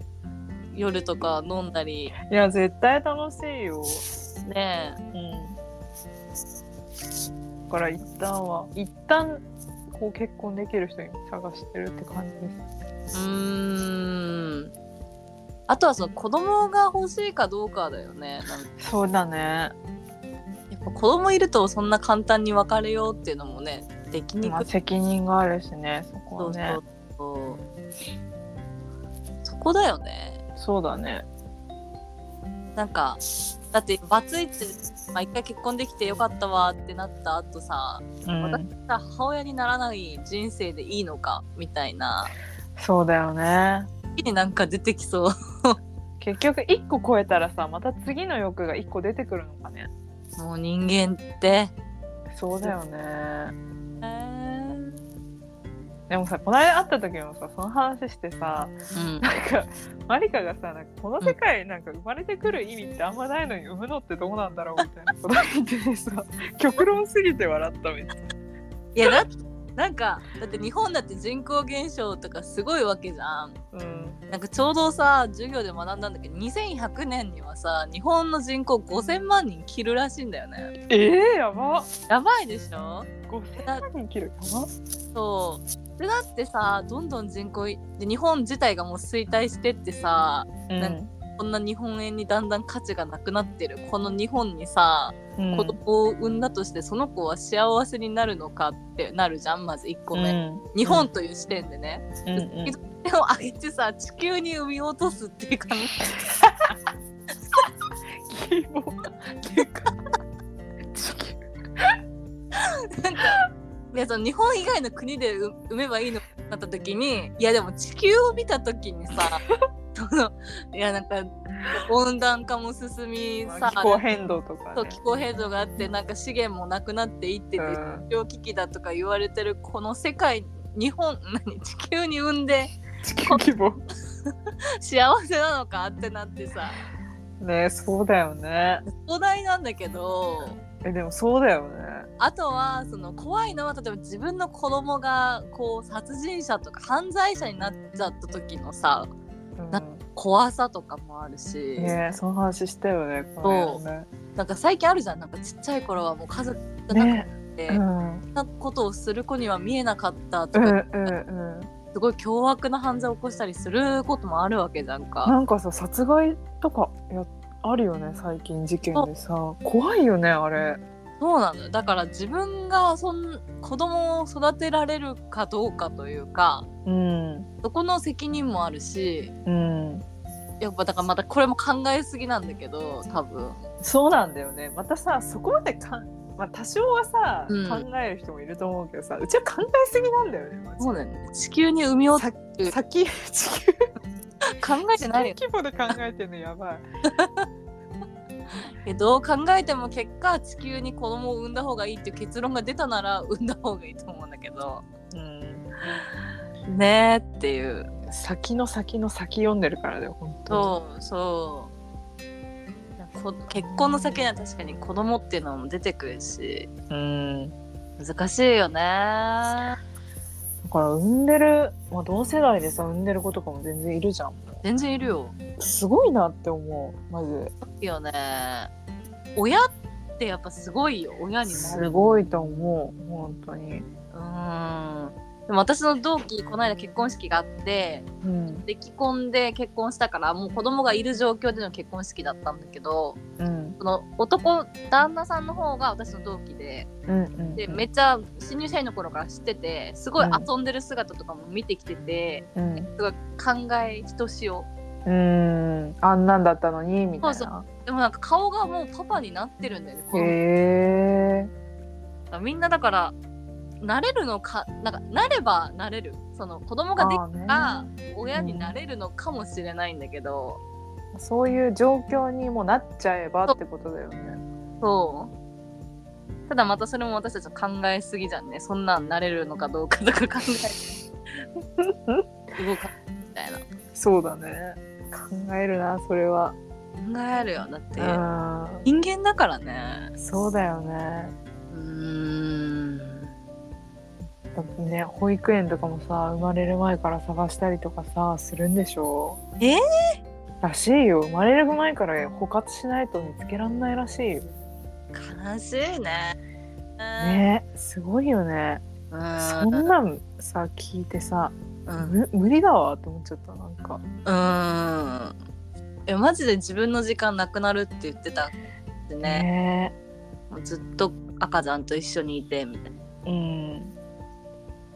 Speaker 2: 夜とか飲んだり
Speaker 1: いや絶対楽しいよ
Speaker 2: ね
Speaker 1: うん。だから一旦は一旦こう結婚できる人に探してるって感じです。
Speaker 2: うーんあとはその子供が欲しいかどうかだよねなんか
Speaker 1: そうだね。
Speaker 2: やっぱ子供いるとそんな簡単に別れようっていうのもねできに
Speaker 1: ま
Speaker 2: く
Speaker 1: あ
Speaker 2: い
Speaker 1: 責任があるしね、そこ
Speaker 2: そ
Speaker 1: はね
Speaker 2: うそ。うそうそこだよね
Speaker 1: そうだね。
Speaker 2: なんかだってバツイチまあ、一回結婚できてよかったわってなった後さ、
Speaker 1: うん
Speaker 2: 私。さ母親にならない人生でいいのかみたいな
Speaker 1: そうだよね。
Speaker 2: 一気になんか出てきそう
Speaker 1: 結局一個超えたらさ、また次の欲が一個出てくるのかね。
Speaker 2: もう人間って、
Speaker 1: そうだよね。
Speaker 2: えー
Speaker 1: でもさ、この間会った時もさ、その話してさ、
Speaker 2: うん、
Speaker 1: なんか、マリカがさ、なんかこの世界なんか生まれてくる意味ってあんまないのに産むのってどうなんだろうみたいなこと言っててさ、極論すぎて笑ったみたいな。
Speaker 2: いやだってなんかだって日本だって人口減少とかすごいわけじゃん
Speaker 1: うん。
Speaker 2: なんかちょうどさ授業で学んだんだけど2100年にはさ日本の人口5000万人切るらしいんだよね
Speaker 1: ええやば。
Speaker 2: やばいでしょ
Speaker 1: 五千万人切る。やば。
Speaker 2: そうでだってさどんどん人口いで日本自体がもう衰退してってさ
Speaker 1: うん
Speaker 2: こんな日本円にだんだん価値がなくなってるこの日本にさ
Speaker 1: ん
Speaker 2: 子供を産んだとしてその子は幸せになるのかってなるじゃんまず1個目、
Speaker 1: うん
Speaker 2: 日本という視点でね、
Speaker 1: うんうん
Speaker 2: でもあげてさ地球に産み落とすっていう感じ
Speaker 1: 希望結果地球
Speaker 2: なんかいやその日本以外の国で産産めばいいのかなった時にいやでも地球を見た時に さそのいやなんか温暖化も進み
Speaker 1: ま
Speaker 2: さ
Speaker 1: あ気候変動とか、
Speaker 2: そう
Speaker 1: ね
Speaker 2: 気候変動があってなんか資源もなくなっていってて
Speaker 1: うん
Speaker 2: 食糧危機だとか言われてるこの世界日本何地球に産んで
Speaker 1: 地球希望
Speaker 2: 幸せなのかってなってさ
Speaker 1: ねそうだよね
Speaker 2: 壮大なんだけど
Speaker 1: えでもそうだよね
Speaker 2: あとはその怖いのは例えば自分の子供がこう殺人者とか犯罪者になっちゃった時のさな怖さとかもあるし、
Speaker 1: うん、ねその話したよねこの間ね
Speaker 2: なんか最近あるじゃんなんかちっちゃい頃はもう家族がな
Speaker 1: ね
Speaker 2: くて、
Speaker 1: うん
Speaker 2: そんなことをする子には見えなかったと
Speaker 1: うんう
Speaker 2: か、
Speaker 1: んうん
Speaker 2: すごい凶悪な犯罪を起こしたりすることもあるわけじゃんか。
Speaker 1: なんかさ殺害とかやあるよね最近事件でさ怖いよねあれ
Speaker 2: そうなのよだから自分がそん子供を育てられるかどうかというか
Speaker 1: うん
Speaker 2: そこの責任もあるし
Speaker 1: うん
Speaker 2: やっぱだからまたこれも考えすぎなんだけど多分
Speaker 1: そうなんだよねまたさそこまでかん、まあ、多少はさ、
Speaker 2: うん
Speaker 1: 考える人もいると思うけどさうちは考えすぎなんだよねマジで
Speaker 2: そうだよね地球に産みを考
Speaker 1: さ先地球
Speaker 2: えてないよ
Speaker 1: 規模で考えてるのやばい
Speaker 2: けど考えても結果地球に子供を産んだ方がいいっていう結論が出たなら産んだ方がいいと思うんだけど
Speaker 1: うん
Speaker 2: ねえっていう
Speaker 1: 先の先の先読んでるからだよ本当
Speaker 2: そうそういやこ結婚の先には確かに子供っていうのも出てくるし
Speaker 1: にうん
Speaker 2: 難しいよね
Speaker 1: だから産んでる、まあ、同世代でさ産んでる子とかも全然いるじゃん
Speaker 2: 全然いるよ
Speaker 1: すごいなって思うマジで
Speaker 2: いいよね親ってやっぱすごいよ親になる
Speaker 1: すごいと思う本当に
Speaker 2: うーんでも私の同期この間結婚式があって
Speaker 1: うん
Speaker 2: で既婚で結婚したからもう子供がいる状況での結婚式だったんだけど
Speaker 1: うん
Speaker 2: その男旦那さんの方が私の同期で
Speaker 1: うんうん
Speaker 2: でめっちゃ新入社員の頃から知っててすごい遊んでる姿とかも見てきてて
Speaker 1: うん
Speaker 2: すごい感慨ひとしお
Speaker 1: うーんあんなんだったのにみたいな
Speaker 2: そうでもなんか顔がもうパパになってるんだよねこの
Speaker 1: へえ
Speaker 2: みんなだから慣れるのかなんか慣れば慣れるその子供ができたら親になれるのかもしれないんだけど、
Speaker 1: そういう状況にもなっちゃえばってことだよね
Speaker 2: そうただまたそれも私たちは考えすぎじゃんねそんなん慣れるのかどうかとか考え動かみたいな
Speaker 1: そうだね考えるなそれは
Speaker 2: 考えるよだって
Speaker 1: うん
Speaker 2: 人間だからね
Speaker 1: そうだよね
Speaker 2: うーん
Speaker 1: だってね保育園とかもさ生まれる前から探したりとかさするんでしょ
Speaker 2: えー
Speaker 1: らしいよ生まれる前から枯渇しないと見つけらんないらしいよ
Speaker 2: 悲しいね
Speaker 1: ねすごいよね
Speaker 2: う
Speaker 1: そん
Speaker 2: ん
Speaker 1: なんさ聞いてさ
Speaker 2: うん
Speaker 1: む無理だわと思っちゃったなんか
Speaker 2: うんいやマジで自分の時間なくなるって言ってたってね
Speaker 1: ね
Speaker 2: もうずっと赤ちゃんと一緒にいてみたいな
Speaker 1: うん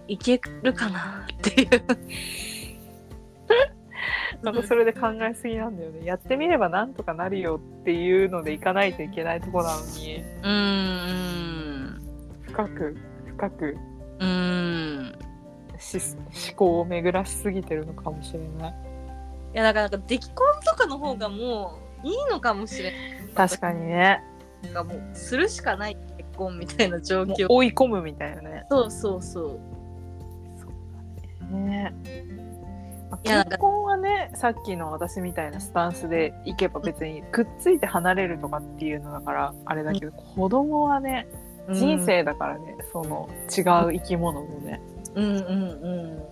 Speaker 2: いけるかな っていう
Speaker 1: なんかそれで考えすぎなんだよねやってみればなんとかなるよっていうのでいかないといけないとこなのに
Speaker 2: うーん
Speaker 1: 深く深く
Speaker 2: うーん
Speaker 1: し思考を巡らしすぎてるのかもしれない
Speaker 2: いやだからなんか出来婚とかの方がもういいのかもしれない
Speaker 1: 確かにね
Speaker 2: なんかもうするしかない結婚みたいな状
Speaker 1: もう
Speaker 2: 況
Speaker 1: 追い込むみたいなね
Speaker 2: そうそうそう
Speaker 1: ねまあ
Speaker 2: いやなんか
Speaker 1: 結婚はねさっきの私みたいなスタンスでいけば別にくっついて離れるとかっていうのだからあれだけど、子供はね人生だからね、その違う生き物のね
Speaker 2: うんうんう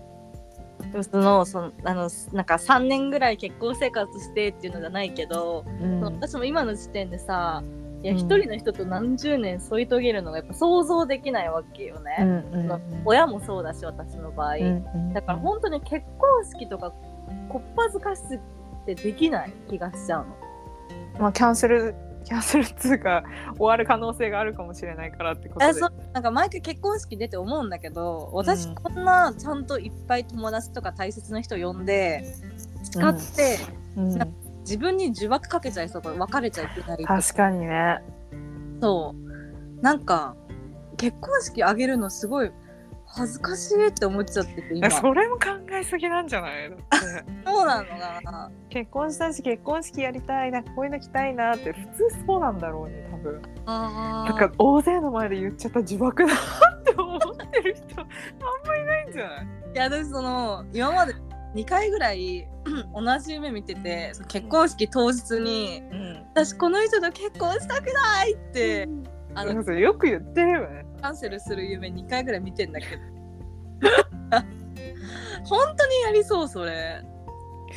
Speaker 2: んでもそのそのあのなんか3年ぐらい結婚生活してっていうのじゃないけど、
Speaker 1: うん
Speaker 2: その私も今の時点でさいや
Speaker 1: うん
Speaker 2: 一人の人と何十年添い遂げるのがやっぱ想像できないわけよ
Speaker 1: う
Speaker 2: ね、
Speaker 1: んうん
Speaker 2: その親もそうだし私の場合、
Speaker 1: うん
Speaker 2: だから本当に結婚式とかこっぱずかしすぎてできない気がしちゃうの
Speaker 1: まあキャンセルキャンセルっつうか終わる可能性があるかもしれないからってことで
Speaker 2: あそうなんか毎回結婚式出て思うんだけど私
Speaker 1: うん
Speaker 2: こんなちゃんといっぱい友達とか大切な人呼んで使って、
Speaker 1: うん
Speaker 2: なん自分に呪縛かけちゃいそうから別れちゃいけないとか
Speaker 1: 確かにね
Speaker 2: そうなんか結婚式あげるのすごい恥ずかしいって思っちゃってて今そ
Speaker 1: それも考えすぎなんじゃないだって
Speaker 2: うなのかな
Speaker 1: 結婚したし結婚式やりたいなこういうの着たいなって普通そうなんだろうね多分
Speaker 2: あ
Speaker 1: なんか大勢の前で言っちゃった自爆だって思ってる人あんまいないんじゃない
Speaker 2: いや私その今まで2回ぐらい同じ夢見ててその結婚式当日に「私この人と結婚したくない!」って、あ
Speaker 1: う
Speaker 2: の
Speaker 1: んそうよく言ってるよね
Speaker 2: キャンセルする夢2回ぐらい見てんだけ ど本当にやりそうそれ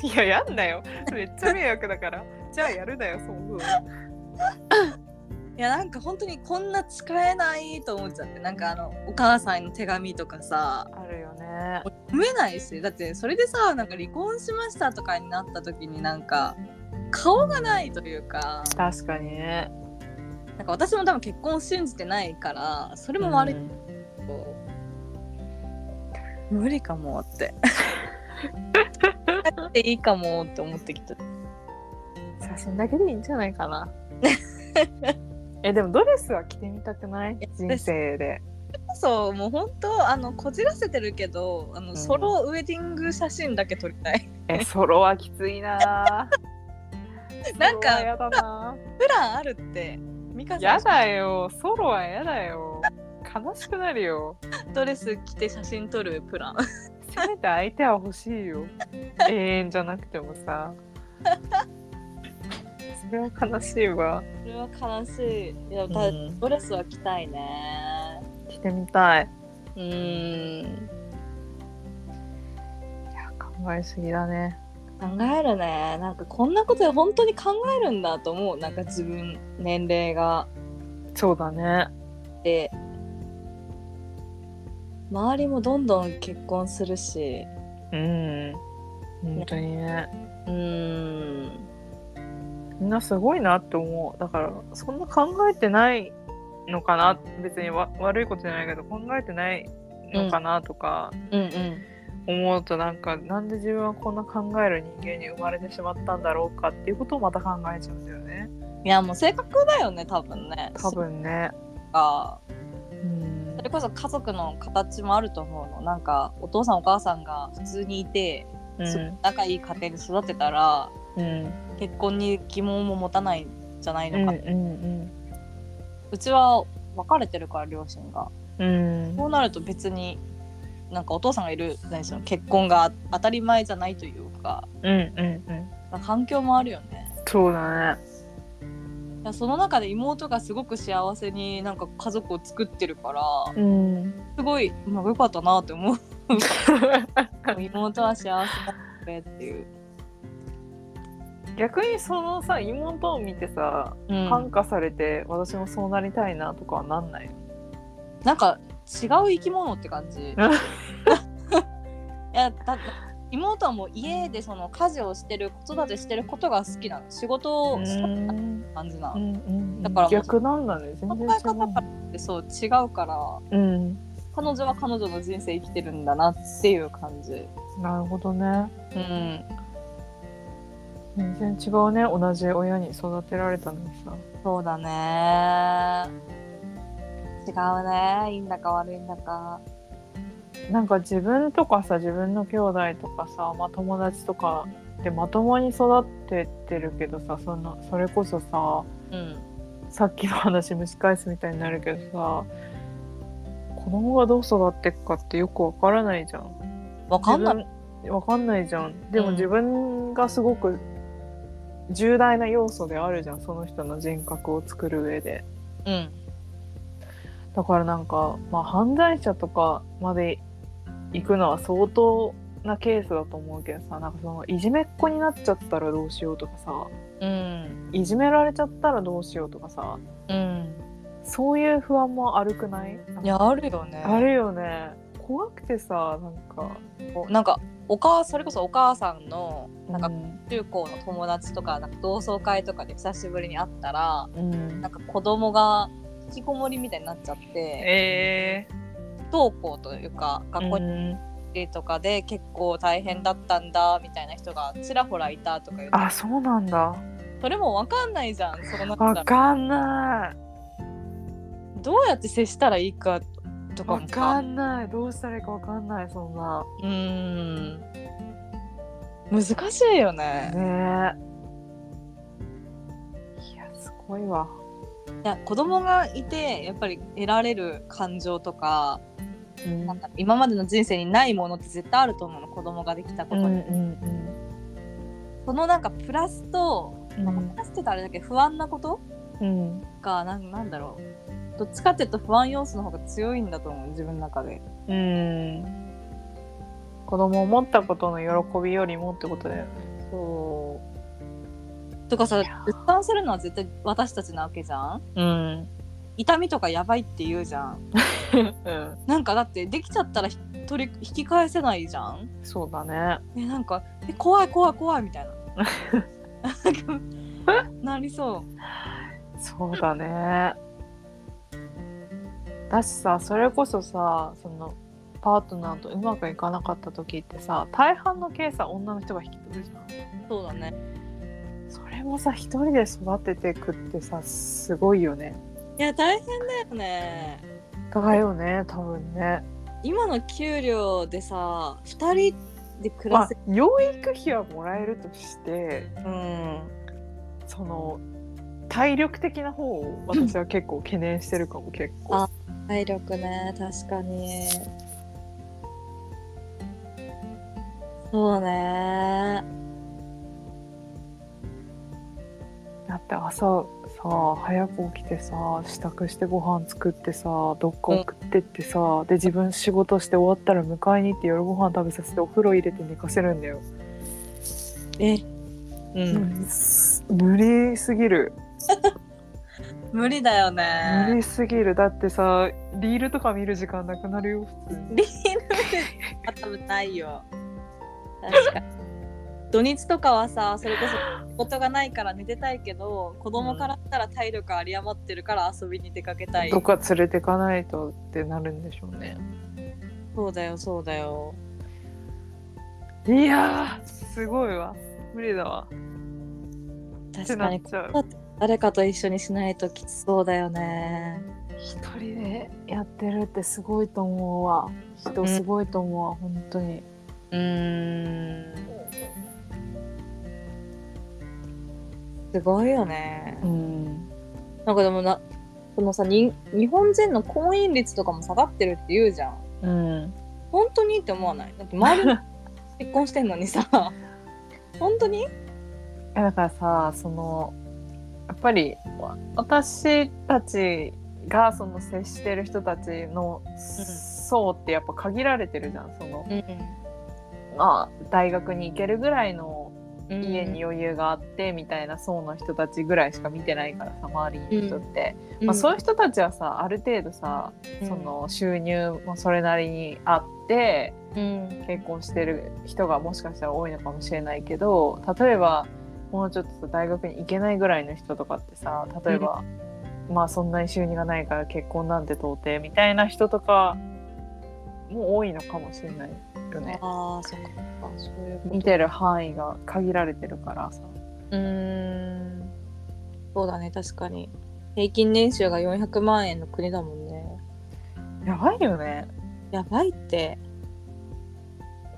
Speaker 1: いややんなよめっちゃ迷惑だから じゃあやるなよそう思う
Speaker 2: いやなんか本当にこんな使えないと思っちゃってなんかあのお母さんへの手紙とかさ
Speaker 1: あるよね
Speaker 2: 読めないしだってそれでさなんか離婚しましたとかになった時になんか顔がないというか
Speaker 1: 確かにね
Speaker 2: なんか私も多分結婚を信じてないからそれも悪い
Speaker 1: うん
Speaker 2: けど、無理かもってやっていいかもって思ってきた
Speaker 1: 写真だけでいいんじゃないかな えでもドレスは着てみたくない人生で
Speaker 2: そうもう本当あのこじらせてるけどあの、
Speaker 1: うん
Speaker 2: ソロウェディング写真だけ撮りたい
Speaker 1: えソロはきついな
Speaker 2: なん
Speaker 1: ソ
Speaker 2: か
Speaker 1: ロはやだ な
Speaker 2: プランあるって美香さ
Speaker 1: や
Speaker 2: ん
Speaker 1: だよ、ソロはやだよ。悲しくなるよ。
Speaker 2: ドレス着て写真撮るプラン
Speaker 1: せめて相手は欲しいよ。永遠じゃなくてもさ。それは悲しいわ。
Speaker 2: それは悲しいいや
Speaker 1: た
Speaker 2: ドレスは着たいね
Speaker 1: 着てみたい。
Speaker 2: うん
Speaker 1: いや、考えすぎだね。
Speaker 2: 考えるねなんかこんなことで本当に考えるんだと思うなんか自分年齢が
Speaker 1: そうだね。
Speaker 2: で周りもどんどん結婚するし
Speaker 1: うん。本当にね。
Speaker 2: うん
Speaker 1: みんなすごいなって思う。だから、そんな考えてないのかな。別にわ悪いことじゃないけど、考えてないのかなとか。
Speaker 2: うんうん
Speaker 1: 思うとなんかなんで自分はこんな考える人間に生まれてしまったんだろうかっていうことをまた考えちゃうんだよね
Speaker 2: いやもう性格だよね多分ね
Speaker 1: 多分ね
Speaker 2: か
Speaker 1: うん
Speaker 2: それこそ家族の形もあると思うのなんかお父さんお母さんが普通にいて、すごく仲いい家庭で育てたら
Speaker 1: うん
Speaker 2: 結婚に疑問も持たないんじゃない
Speaker 1: うんう
Speaker 2: のか、うんちは別れてるから両親が
Speaker 1: うんうん
Speaker 2: そうなると別になんかお父さんがいる何しろ結婚が当たり前じゃないというか
Speaker 1: うんうん
Speaker 2: 環境もあるよね
Speaker 1: そうだね
Speaker 2: だからその中で妹がすごく幸せになんか家族を作ってるから
Speaker 1: うん
Speaker 2: すごい、まあ、よかったなって思う妹は幸せだねっていう、
Speaker 1: 逆にそのさ妹を見てさ
Speaker 2: うん
Speaker 1: 感化されて私もそうなりたいなとかはなんない
Speaker 2: なんか違う生き物って感じ。いやだ妹はもう家でその家事をしてる子育てしてることが好きなの仕事をした感じな
Speaker 1: う
Speaker 2: の、
Speaker 1: んうん
Speaker 2: だからもう
Speaker 1: 逆なんだね全然違う
Speaker 2: 考え方からそう違うから
Speaker 1: うん
Speaker 2: 彼女は彼女の人生生きてるんだなっていう感じ
Speaker 1: なるほどね
Speaker 2: うん
Speaker 1: 全然違うね同じ親に育てられたのにさ
Speaker 2: そうだね違うねいいんだか悪いんだか
Speaker 1: なんか自分とかさ自分の兄弟とかさ、まあ、友達とかでまともに育ってってるけどさそのそれこそさ
Speaker 2: うん
Speaker 1: さっきの話蒸し返すみたいになるけどさ子供がどう育っていくかってよくわからないじゃん。
Speaker 2: わかんない
Speaker 1: 自分わかんないじゃん。で
Speaker 2: う
Speaker 1: も
Speaker 2: ん
Speaker 1: 自分がすごく重大な要素であるじゃんその人の人格を作る上で。
Speaker 2: うん
Speaker 1: だからなんか、まあ、犯罪者とかまで行くのは相当なケースだと思うけどさなんかそのいじめっ子になっちゃったらどうしようとかさ
Speaker 2: うん
Speaker 1: いじめられちゃったらどうしようとかさ
Speaker 2: うん
Speaker 1: そういう不安もあるくない
Speaker 2: いやあるよね
Speaker 1: あるよね怖くてさなんか
Speaker 2: こうなんかお母それこそお母さんのなんか
Speaker 1: うん
Speaker 2: 中高の友達とかなんか同窓会とかで久しぶりに会ったら
Speaker 1: うん
Speaker 2: なんか子供が引きこもりみたいになっちゃって
Speaker 1: え
Speaker 2: 不登校というか
Speaker 1: ー
Speaker 2: 学校に行ってとかで結構大変だったんだみたいな人がちらほらいたとか言う
Speaker 1: あそうなんだ
Speaker 2: それもわかんないじゃんそうなった
Speaker 1: わ
Speaker 2: ら
Speaker 1: かんない
Speaker 2: どうやって接したらいいかとか
Speaker 1: わ
Speaker 2: もさ
Speaker 1: かんないどうしたらいいかわかんないそんな
Speaker 2: うーん難しいよね
Speaker 1: ねえいやすごいわ
Speaker 2: いや子供がいてやっぱり得られる感情とか
Speaker 1: うん
Speaker 2: なんだろう今までの人生にないものって絶対あると思うの子供ができたこ
Speaker 1: う
Speaker 2: と
Speaker 1: ん
Speaker 2: に、
Speaker 1: うん
Speaker 2: そのなんかプラスと、
Speaker 1: うん
Speaker 2: まあプラスって言うとあれだけど不安なこと
Speaker 1: うん
Speaker 2: がなんなんだろうどっちかっていうと不安要素の方が強いんだと思う自分の中で
Speaker 1: うん子供を持ったことの喜びよりもってことだよね
Speaker 2: そうとかさ
Speaker 1: いや
Speaker 2: 絶賛するのは絶対私たちなわけじゃん
Speaker 1: うん
Speaker 2: 痛みとかやばいって言うじゃんなんかだってできちゃったらひ取り引き返せないじゃん
Speaker 1: そうだね
Speaker 2: えなんかえ怖い怖い怖いみたいな なんかなりそう
Speaker 1: そうだねだしさそれこそさそのパートナーとうまくいかなかった時ってさ大半のケースは女の人が引き取るじゃん
Speaker 2: そうだね
Speaker 1: それもさ一人で育ててくってさすごいよね
Speaker 2: いや大変だよね
Speaker 1: だよね多分ね
Speaker 2: 今の給料でさ2人で暮
Speaker 1: ま
Speaker 2: ら
Speaker 1: あ
Speaker 2: せ、
Speaker 1: 養育費はもらえるとして
Speaker 2: うん
Speaker 1: その体力的な方を私は結構懸念してるかも結構
Speaker 2: あ体力ね確かにそうね
Speaker 1: だって朝さ早く起きてさ支度してご飯作ってさどっか送ってってさ、で自分仕事して終わったら迎えに行って夜ご飯食べさせてお風呂入れて寝かせるんだよ、
Speaker 2: えう、
Speaker 1: うんん無理すぎる
Speaker 2: 無理だよ
Speaker 1: 無
Speaker 2: ね
Speaker 1: 理すぎるだってさリールとか見る時間なくなるよ普通に
Speaker 2: リールは多分ないよ確かに 土日とかはさそれこそ仕事がないから寝てたいけど子供からしたら体力あり余ってるから遊びに出かけたい
Speaker 1: どっか連れてかないとってなるんでしょうね
Speaker 2: そうだよそうだよ
Speaker 1: いやーすごいわ無理だわって
Speaker 2: 確か
Speaker 1: なっ
Speaker 2: に
Speaker 1: ちゃう
Speaker 2: 誰かと一緒にしないときつそうだよね
Speaker 1: 一人でやってるってすごいと思うわ人すごいと思うわ、本当に
Speaker 2: うーんすごいよね
Speaker 1: うん
Speaker 2: なんかでもなそのさに日本人の婚姻率とかも下がってるって言うじゃん
Speaker 1: うん
Speaker 2: 本当にって思わないだって周り 結婚してんのにさ本当に
Speaker 1: えだからさそのやっぱりわ私たちがその接してる人たちの層ってやっぱ限られてるじゃんその、まあ、大学に行けるぐらいの
Speaker 2: うん
Speaker 1: 家に余裕があってみたいな層の人たちぐらいしか見てないからさ周りの人って、まあ、そういう人たちはさある程度さ、
Speaker 2: うん
Speaker 1: その収入もそれなりにあって
Speaker 2: うん
Speaker 1: 結婚してる人がもしかしたら多いのかもしれないけど例えばもうちょっとさ大学に行けないぐらいの人とかってさ例えば、まあそんなに収入がないから結婚なんて到底みたいな人とかも多いのかもしれないよね。
Speaker 2: ああそっかそっかそういうこと
Speaker 1: 見てる範囲が限られてるからさ。
Speaker 2: うーんそうだね確かに平均年収が400万円の国だもんね
Speaker 1: やばいよね。
Speaker 2: やばいって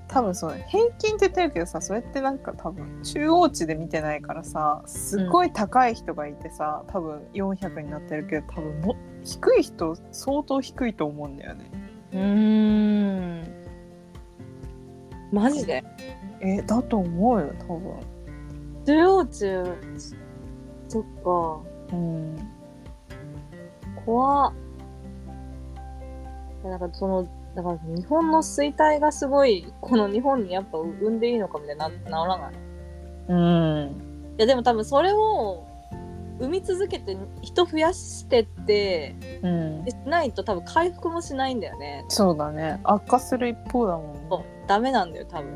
Speaker 1: 多分そう平均って言ってるけどさそれってなんか多分中央値で見てないからさすっごい高い人がいてさ、多分400になってるけど多分も低い人相当低いと思うんだよね。
Speaker 2: うーんマジで
Speaker 1: えだと思うよ多
Speaker 2: 中央中そっか
Speaker 1: 分。うん
Speaker 2: 怖っなんかそのだから日本の衰退がすごいこの日本にやっぱ産んでいいのかみたいなならないい
Speaker 1: うん
Speaker 2: やでも多分それを産み続けて人増やしてって
Speaker 1: うん
Speaker 2: で、しないと多分回復もしないんだよね
Speaker 1: そうだね悪化する一方だもん
Speaker 2: そう
Speaker 1: ね
Speaker 2: ダメなんだよ多分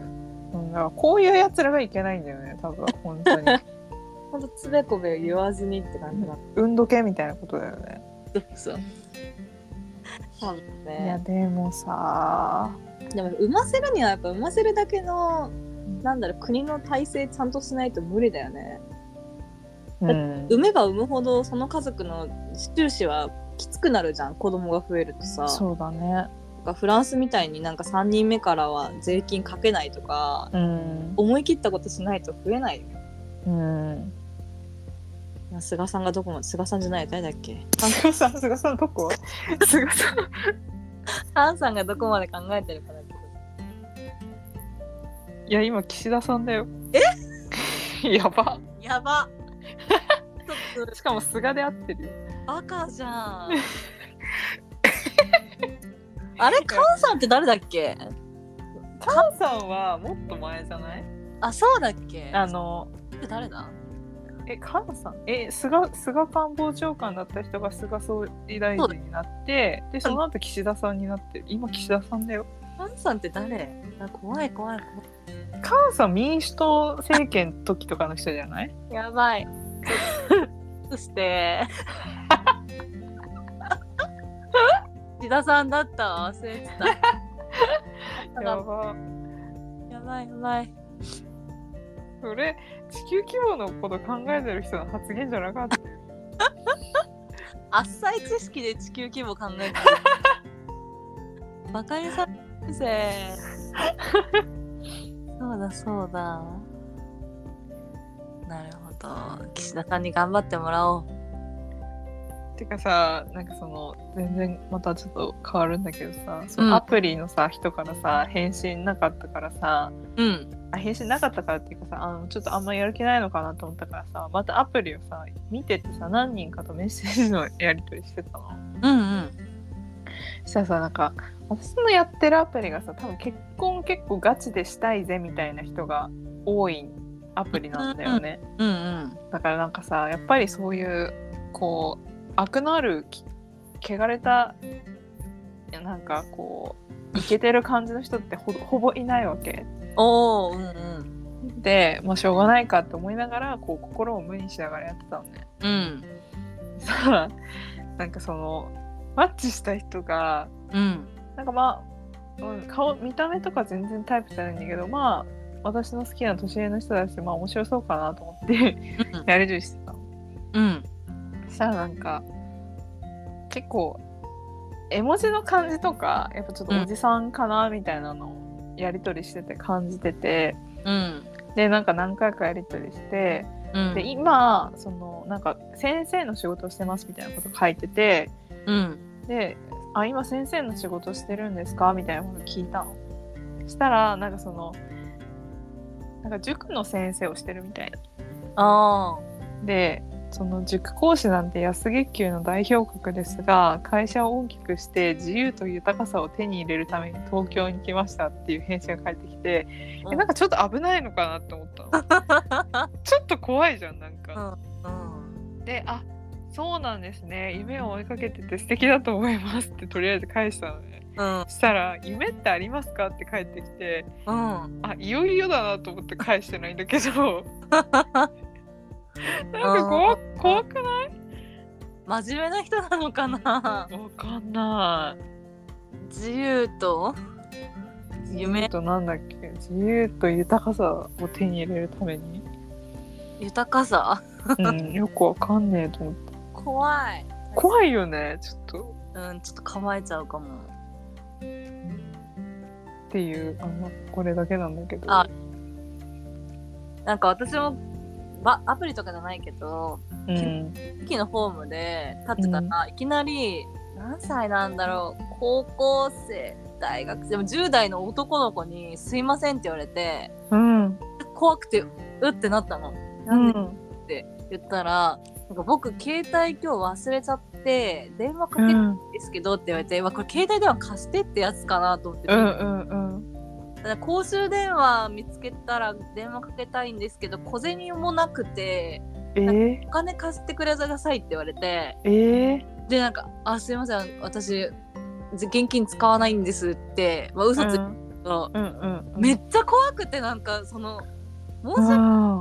Speaker 1: うん、だからこういうやつらがいけないんだよね多分本当 に
Speaker 2: ほんとつべこべ言わずにって感じなん
Speaker 1: 運動系みたいなことだよね。
Speaker 2: だそう多分
Speaker 1: いや
Speaker 2: ね
Speaker 1: でもさ
Speaker 2: でも産ませるにはやっぱ産ませるだけのなんだろう国の体制ちゃんとしないと無理だよね
Speaker 1: うん
Speaker 2: 産めば産むほどその家族の収支はきつくなるじゃん子供が増えるとさ
Speaker 1: そうだね。
Speaker 2: なんかフランスみたいになんか3人目からは税金かけないとか
Speaker 1: うん。
Speaker 2: 思い切ったことしないと増えないよ
Speaker 1: うん。
Speaker 2: いや菅さんがどこも菅さんじゃないよ誰だっけ
Speaker 1: 菅さん、菅さんどこ菅さん。
Speaker 2: ハンさんがどこまで考えてるかだけど
Speaker 1: いや、今、岸田さんだよ。え やば。
Speaker 2: や ばちょっと
Speaker 1: しかも、菅で合ってるよ。
Speaker 2: バカじゃん あれカンさんって誰だっけ
Speaker 1: 菅さんは、もっと前じゃない
Speaker 2: あそうだっけ
Speaker 1: あの、
Speaker 2: 誰だ
Speaker 1: え、菅さんえ、菅、菅官房長官だった人が菅総理大臣になって、で、その後岸田さんになってる。今、岸田さんだよ。
Speaker 2: カンさんって誰あ怖い怖い怖い
Speaker 1: 菅さん、民主党政権の時とかの人じゃない
Speaker 2: やば い。そして。 志田さんだったわ忘れてた。
Speaker 1: やば。
Speaker 2: やばいやばい。
Speaker 1: それ、地球規模のこと考えてる人の発言じゃなかった。
Speaker 2: あっさい知識で地球規模考えてる。バカにされぜ。そうだそうだ。なるほど。岸田さんに頑張ってもらおう。
Speaker 1: てかさなんかその全然またちょっと変わるんだけどさ、そうの
Speaker 2: ん
Speaker 1: アプリのさ人からさ返信なかったからさ
Speaker 2: うん。
Speaker 1: あ返信なかったからっていうかさあのちょっとあんまやる気ないのかなと思ったからさまたアプリをさ見ててさ何人かとメッセージのやり取りしてたの。
Speaker 2: うんうん。
Speaker 1: したらさなんか私のやってるアプリがさ多分結婚結構ガチでしたいぜみたいな人が多いアプリなんだよね。
Speaker 2: うんうん。
Speaker 1: だからなんかさやっぱりそういうこう悪のあるき汚れたなんかこうイケてる感じの人ってほほぼいないわけ
Speaker 2: おおうんうん。
Speaker 1: で、まあ、しょうがないかって思いながらこう心を無にしながらやってたのね。
Speaker 2: うん。
Speaker 1: さあなんかそのマッチした人が
Speaker 2: うん。
Speaker 1: なんかまあ、うん、顔見た目とか全然タイプじゃないんだけどまあ私の好きな年上の人だしまあ面白そうかなと思って やる重視してたの
Speaker 2: うん
Speaker 1: そしたらなんか結構絵文字の感じとかやっぱちょっとおじさんかなみたいなのをやり取りしてて感じてて、
Speaker 2: うん
Speaker 1: でなんか何回かやり取りして、
Speaker 2: うん
Speaker 1: で今そのなんか先生の仕事をしてますみたいなこと書いてて
Speaker 2: うん
Speaker 1: であ今先生の仕事してるんですかみたいなこと聞いたのしたらなんかそのなんか塾の先生をしてるみたいな
Speaker 2: あ
Speaker 1: でその塾講師なんて安月給の代表格ですが会社を大きくして自由と豊かさを手に入れるために東京に来ましたっていう返信が返ってきて、
Speaker 2: うん
Speaker 1: えなんかちょっと危ないのかなって思ったの ちょっと怖いじゃんなんか、
Speaker 2: あうん
Speaker 1: であそうなんですね夢を追いかけてて素敵だと思いますってとりあえず返したのね
Speaker 2: うん
Speaker 1: そしたら「夢ってありますか?」って返ってきて
Speaker 2: うん
Speaker 1: あいよいよだなと思って返してないんだけ どなんか怖怖くない
Speaker 2: 真面目な人なのかな
Speaker 1: わかんない
Speaker 2: 自由と夢
Speaker 1: 自由となんだっけ自由と豊かさを手に入れるため に、
Speaker 2: 豊かさ
Speaker 1: うん、よくわかんねえと思って
Speaker 2: 怖い
Speaker 1: 怖いよねちょっと
Speaker 2: うんちょっと構えちゃうかも
Speaker 1: っていうあのこれだけなんだけど
Speaker 2: あなんか私もばアプリとかじゃないけど
Speaker 1: うん
Speaker 2: 駅のホームで立ってたら、いきなり何歳なんだろう高校生大学生でも10代の男の子に「すいません」って言われて
Speaker 1: うん
Speaker 2: 怖くてうってなったの。
Speaker 1: う
Speaker 2: なんでっ
Speaker 1: ん
Speaker 2: て言ったら「なんか僕携帯今日忘れちゃって電話か
Speaker 1: う
Speaker 2: けたん
Speaker 1: ん
Speaker 2: ですけど」って言われて「うわこれ携帯電話貸してってやつかな」と思って、
Speaker 1: うんうん
Speaker 2: だから公衆電話見つけたら電話かけたいんですけど小銭もなくて
Speaker 1: えー
Speaker 2: お金貸してくれくださいって言われて。
Speaker 1: えー
Speaker 2: でなんか「あすいません私じ現金使わないんです」って、まあ、
Speaker 1: う
Speaker 2: 嘘ついた
Speaker 1: ん
Speaker 2: けど、
Speaker 1: うんうん
Speaker 2: めっちゃ怖くてなんかその申し訳ない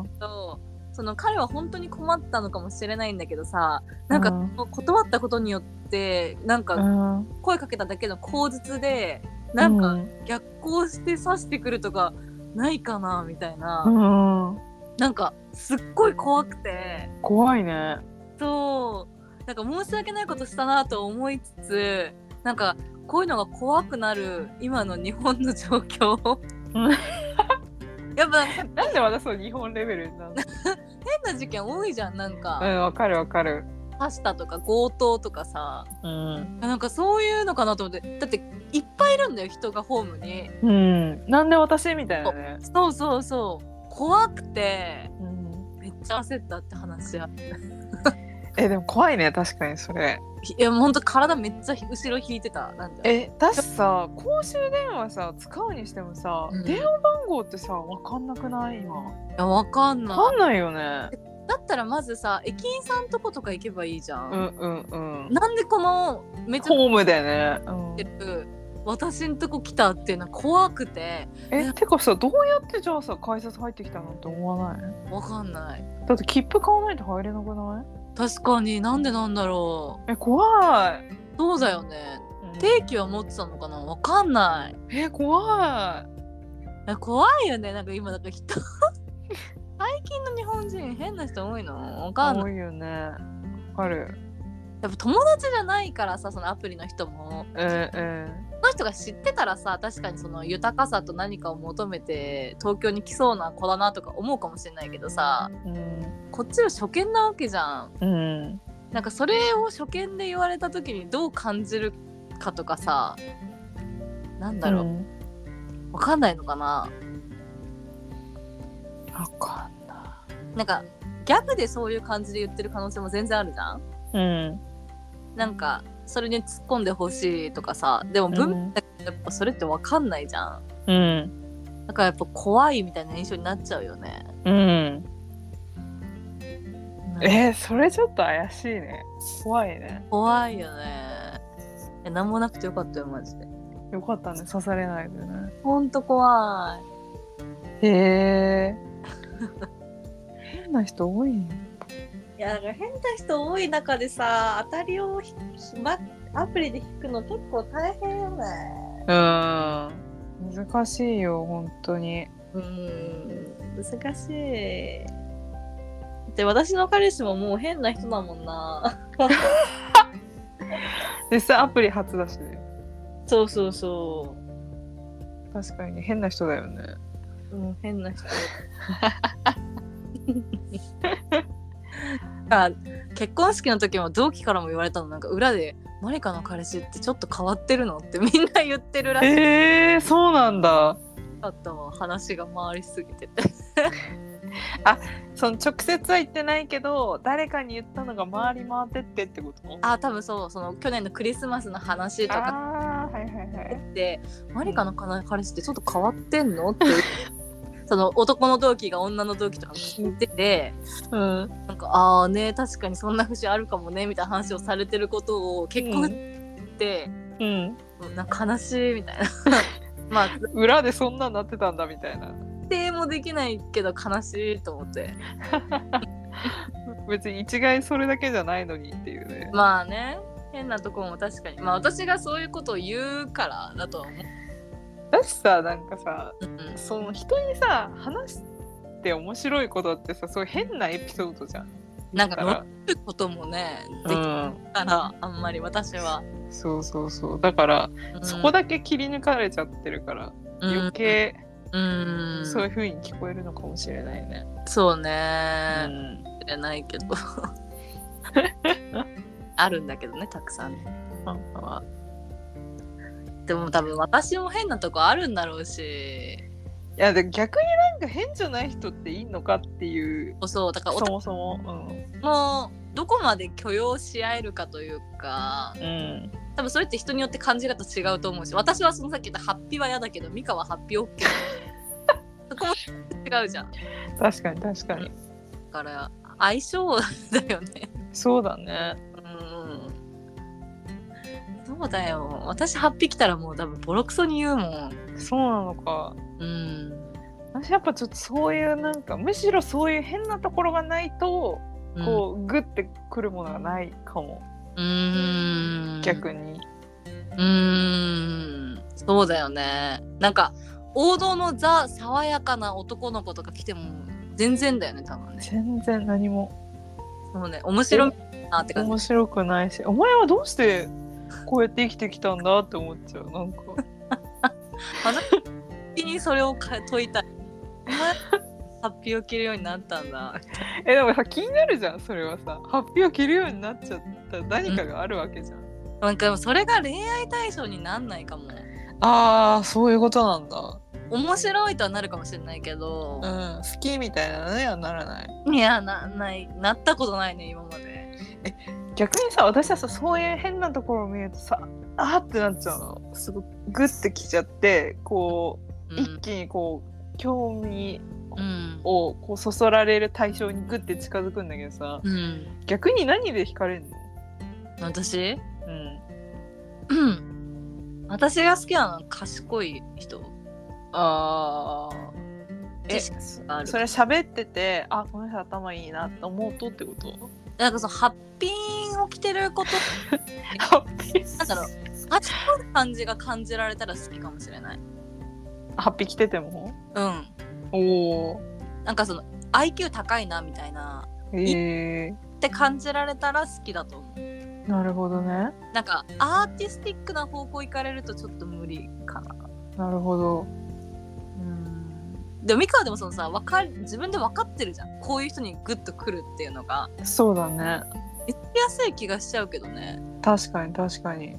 Speaker 1: あ
Speaker 2: けどその彼は本当に困ったのかもしれないんだけどさなんか、
Speaker 1: うん
Speaker 2: その断ったことによってなん
Speaker 1: ー
Speaker 2: か
Speaker 1: うん
Speaker 2: 声かけただけの口実でなん
Speaker 1: う
Speaker 2: か
Speaker 1: ん
Speaker 2: 逆行して刺してくるとかないかなみたいな、
Speaker 1: うんうん
Speaker 2: なんかすっごい怖くて
Speaker 1: 怖いね
Speaker 2: そうなんか申し訳ないことしたなと思いつつなんかこういうのが怖くなる今の日本の状況
Speaker 1: うん
Speaker 2: やっぱ変
Speaker 1: なんで私そう日本レベルになる
Speaker 2: な事件多いじゃんなん
Speaker 1: のう
Speaker 2: か
Speaker 1: んわかるわかる
Speaker 2: パスタとか強盗とかさ
Speaker 1: うん、
Speaker 2: なんかそういうのかなと思ってだっていっぱいいるんだよ人がホームに
Speaker 1: うん、なんで私みたいなね、
Speaker 2: そうそうそう怖くて
Speaker 1: うん、
Speaker 2: めっちゃ焦ったって話や
Speaker 1: えでも怖いね確かにそれ
Speaker 2: いやほんと体めっちゃ後ろ引いてたなんだ
Speaker 1: えだしさ公衆電話さ使うにしてもさ、
Speaker 2: うん
Speaker 1: 電話番号ってさ分かんなくない今
Speaker 2: いやわかん
Speaker 1: 分
Speaker 2: ない
Speaker 1: かんないよね
Speaker 2: だったらまずさ駅員さんとことか行けばいいじゃん、
Speaker 1: うんうんうん
Speaker 2: なんでこのめっちゃ
Speaker 1: ホームだよね、うん
Speaker 2: ってる私んとこ来たっていうのは怖くて
Speaker 1: えてかさどうやってじゃあさ改札入ってきたなんて思わない
Speaker 2: わかんない
Speaker 1: だって切符買わないと入れなくない
Speaker 2: 確かになんでなんだろ
Speaker 1: え怖い、
Speaker 2: うそうだよね
Speaker 1: て
Speaker 2: 定期は持ってたのかなわかんない
Speaker 1: え怖い
Speaker 2: え怖いよねなんか今なんか 人最近の日本人変な人多いのわかんない
Speaker 1: 多いよねわかる
Speaker 2: やっぱ友達じゃないからさそのアプリの人も
Speaker 1: うんうん
Speaker 2: その人が知ってたらさ確かにその豊かさと何かを求めて東京に来そうな子だなとか思うかもしれないけどさこっちは初見なわけじゃん
Speaker 1: うんうん
Speaker 2: なんかそれを初見で言われた時にどう感じるかとかさなんだろう、
Speaker 1: ん
Speaker 2: わかんないのかな
Speaker 1: わかんな
Speaker 2: なんかギャグでそういう感じで言ってる可能性も全然あるじゃん
Speaker 1: い。うん。
Speaker 2: なんかそれに突っ込んでほしいとかさでも文面だけどやっぱそれってわかんないじゃん
Speaker 1: うん。
Speaker 2: だからやっぱ怖いみたいな印象になっちゃうよね
Speaker 1: うん。えー、それちょっと怪しいね。怖いね。
Speaker 2: 怖いよねえ何もなくてよかったよマジで
Speaker 1: よかったね、刺されないでね。
Speaker 2: ほんと怖い
Speaker 1: へえ。変な人多いね。
Speaker 2: いやなんか変な人多い中でさ当たりをひひまアプリで引くの結構大変よね
Speaker 1: うん。難しいよ、本当に。
Speaker 2: うーん難しいで私の彼氏ももう変な人だもんな
Speaker 1: 実際アプリ初だしね
Speaker 2: そうそうそ
Speaker 1: 確かにね変な人だよね
Speaker 2: うもう変な 人あ結婚式の時も同期からも言われたのなんか裏で「マリカの彼氏ってちょっと変わってるの?」ってみんな言ってるらし
Speaker 1: えー、そうなんだ
Speaker 2: かったわ話が回りすぎてて
Speaker 1: その直接は言ってないけど誰かに言ったのが回り回ってってってこと
Speaker 2: あ多分そうその去年のクリスマスの話とか
Speaker 1: あーはいはいはい
Speaker 2: って「マリカの彼氏ってちょっと変わってん の?」ってその男の同期が女の同期とかも聞いてて
Speaker 1: うん
Speaker 2: なんか「ああね確かにそんな節あるかもね」みたいな話をされてることを結婚って、
Speaker 1: うん
Speaker 2: なんか悲しいみ たいなまあ
Speaker 1: 裏でそんなんなってたんだみたいな
Speaker 2: 否定もできないけど悲しいと思って
Speaker 1: 別に一概それだけじゃないのにっていうね
Speaker 2: まあね変なとこも確かにまあ私がそういうことを言うからだとは思う、
Speaker 1: だしさなんかさ
Speaker 2: うん
Speaker 1: その人にさ話して面白いことってさそういう変なエピソードじゃん
Speaker 2: なんか
Speaker 1: だ
Speaker 2: 乗
Speaker 1: か
Speaker 2: ることもねできた
Speaker 1: らうん
Speaker 2: から、あんまり私は、
Speaker 1: そうそうそうだから、
Speaker 2: うん
Speaker 1: そこだけ切り抜かれちゃってるから余計
Speaker 2: うん、
Speaker 1: そういう風に聞こえるのかもしれないね、
Speaker 2: そう
Speaker 1: う
Speaker 2: ね、
Speaker 1: ん
Speaker 2: 知れない けどあるんだけどねたくさん
Speaker 1: なんかは
Speaker 2: でも多分私も変なとこあるんだろうし
Speaker 1: いやで逆になんか変じゃない人っていいのかっていう
Speaker 2: そうだから
Speaker 1: そ
Speaker 2: お
Speaker 1: もそも
Speaker 2: もどこまで許容し合えるかというか
Speaker 1: うん、うん、
Speaker 2: 多分それって人によって感じ方違うと思うし私はそのさっき言ったハッピーは嫌だけどミカはハッピー OK そこも違うじゃんだ
Speaker 1: 確かに確かに
Speaker 2: から相性だよね
Speaker 1: そうだね
Speaker 2: うんそうだよ私8匹来たらもう多分ボロクソに言うもん
Speaker 1: そうなのか
Speaker 2: うん、
Speaker 1: 私やっぱちょっとそういうなんかむしろそういう変なところがないとこうグッてくるものがないかも、
Speaker 2: ううん
Speaker 1: 逆に
Speaker 2: うんそうだよねなんか王道のザ爽やかな男の子とか来ても全然だよね多分ね
Speaker 1: 全然何も
Speaker 2: そうね面白いなって感じ
Speaker 1: 面白くないしお前はどうしてこうやって生きてきたんだって思っちゃう なんか
Speaker 2: 先にそれをか解いたいハッピーを着るようになったんだ
Speaker 1: えでもさ気になるじゃんそれはさ発表を切るようになっちゃったら何かがあるわけじゃん、
Speaker 2: なんかでもそれが恋愛対象になんないかも
Speaker 1: あーそういうことなんだ
Speaker 2: 面白いとはなるかもしれないけど、
Speaker 1: うん好きみたいなのにはならない
Speaker 2: いやなないなったことないね今まで
Speaker 1: 逆にさ私はさそういう変なところを見るとさあーってなっちゃうのすごくグッてきちゃってこ
Speaker 2: う
Speaker 1: う、
Speaker 2: ん
Speaker 1: 一気にこう興味
Speaker 2: うん
Speaker 1: をこうそそられる対象にグッて近づくんだけどさ
Speaker 2: うん
Speaker 1: 逆に何で惹かれんの
Speaker 2: 私
Speaker 1: うん
Speaker 2: うん私が好きなのは賢い人
Speaker 1: ああえ
Speaker 2: 知識がある
Speaker 1: それ喋っててあこの人頭いいなって思うとってこと
Speaker 2: なんかそのハッピーを着てること
Speaker 1: ハッピー
Speaker 2: なんだろう賢い感じが感じられたら好きかもしれない
Speaker 1: ハッピー着てても
Speaker 2: うん
Speaker 1: おお
Speaker 2: なんかその IQ 高いなみたいな
Speaker 1: ええ
Speaker 2: って感じられたら好きだと思う
Speaker 1: ー、なるほどね
Speaker 2: なんかアーティスティックな方向行かれるとちょっと無理かな
Speaker 1: なるほど
Speaker 2: うんでもミカはでもそのさわかる自分で分かってるじゃんこういう人にグッとくるっていうのが
Speaker 1: そうだね
Speaker 2: 見つけやすい気がしちゃうけどね
Speaker 1: 確かに確かに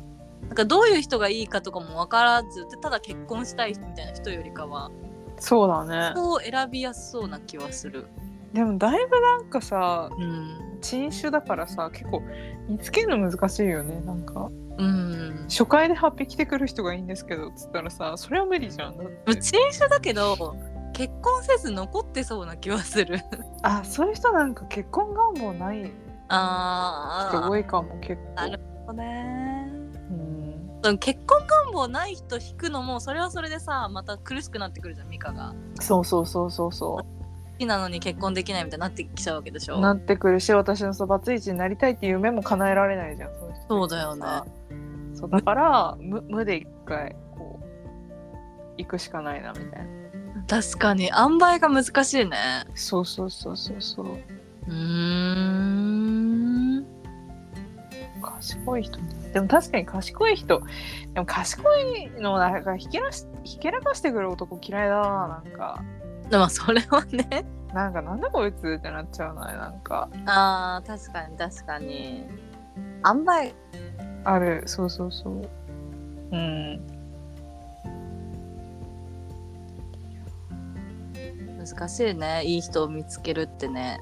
Speaker 2: なんかどういう人がいいかとかも分からずでただ結婚したいみたいな人よりかは
Speaker 1: そうだね
Speaker 2: 人を選びやすそうな気はする
Speaker 1: でもだいぶなんかさ
Speaker 2: うん
Speaker 1: 人種だからさ結構見つけるの難しいよねなんか
Speaker 2: うん
Speaker 1: 初回でハッピー着てくる人がいいんですけどっつったらさそれは無理じゃんだって
Speaker 2: 人種だけど結婚せず残ってそうな気はする
Speaker 1: あそういう人なんか結婚願望ない
Speaker 2: あ
Speaker 1: 人
Speaker 2: あ
Speaker 1: 多いかも結
Speaker 2: な
Speaker 1: 構
Speaker 2: るほどね
Speaker 1: うん
Speaker 2: その結婚願望ない人引くのもそれはそれでさまた苦しくなってくるじゃんミカが
Speaker 1: そうそうそうそうそう
Speaker 2: 好きなのに結婚できないみたいになってきちゃうわけでしょ
Speaker 1: なってくるし私のそうバツイチになりたいっていう夢も叶えられないじゃんそういう人
Speaker 2: そうだよね
Speaker 1: さそうだから無無で一回こう行くしかないなみたいな
Speaker 2: 確かに塩梅が難しいね
Speaker 1: そうそうそうそうそう
Speaker 2: うーん
Speaker 1: 賢い人でも確かに賢い人でも賢いのをなんかひけらしひけらかしてくる男嫌いだななんか
Speaker 2: でもそれはね
Speaker 1: なんかなんだこいつってなっちゃうななんか
Speaker 2: あー確かに確かに塩梅
Speaker 1: あるそうそうそううん
Speaker 2: 難しいねいい人を見つけるってね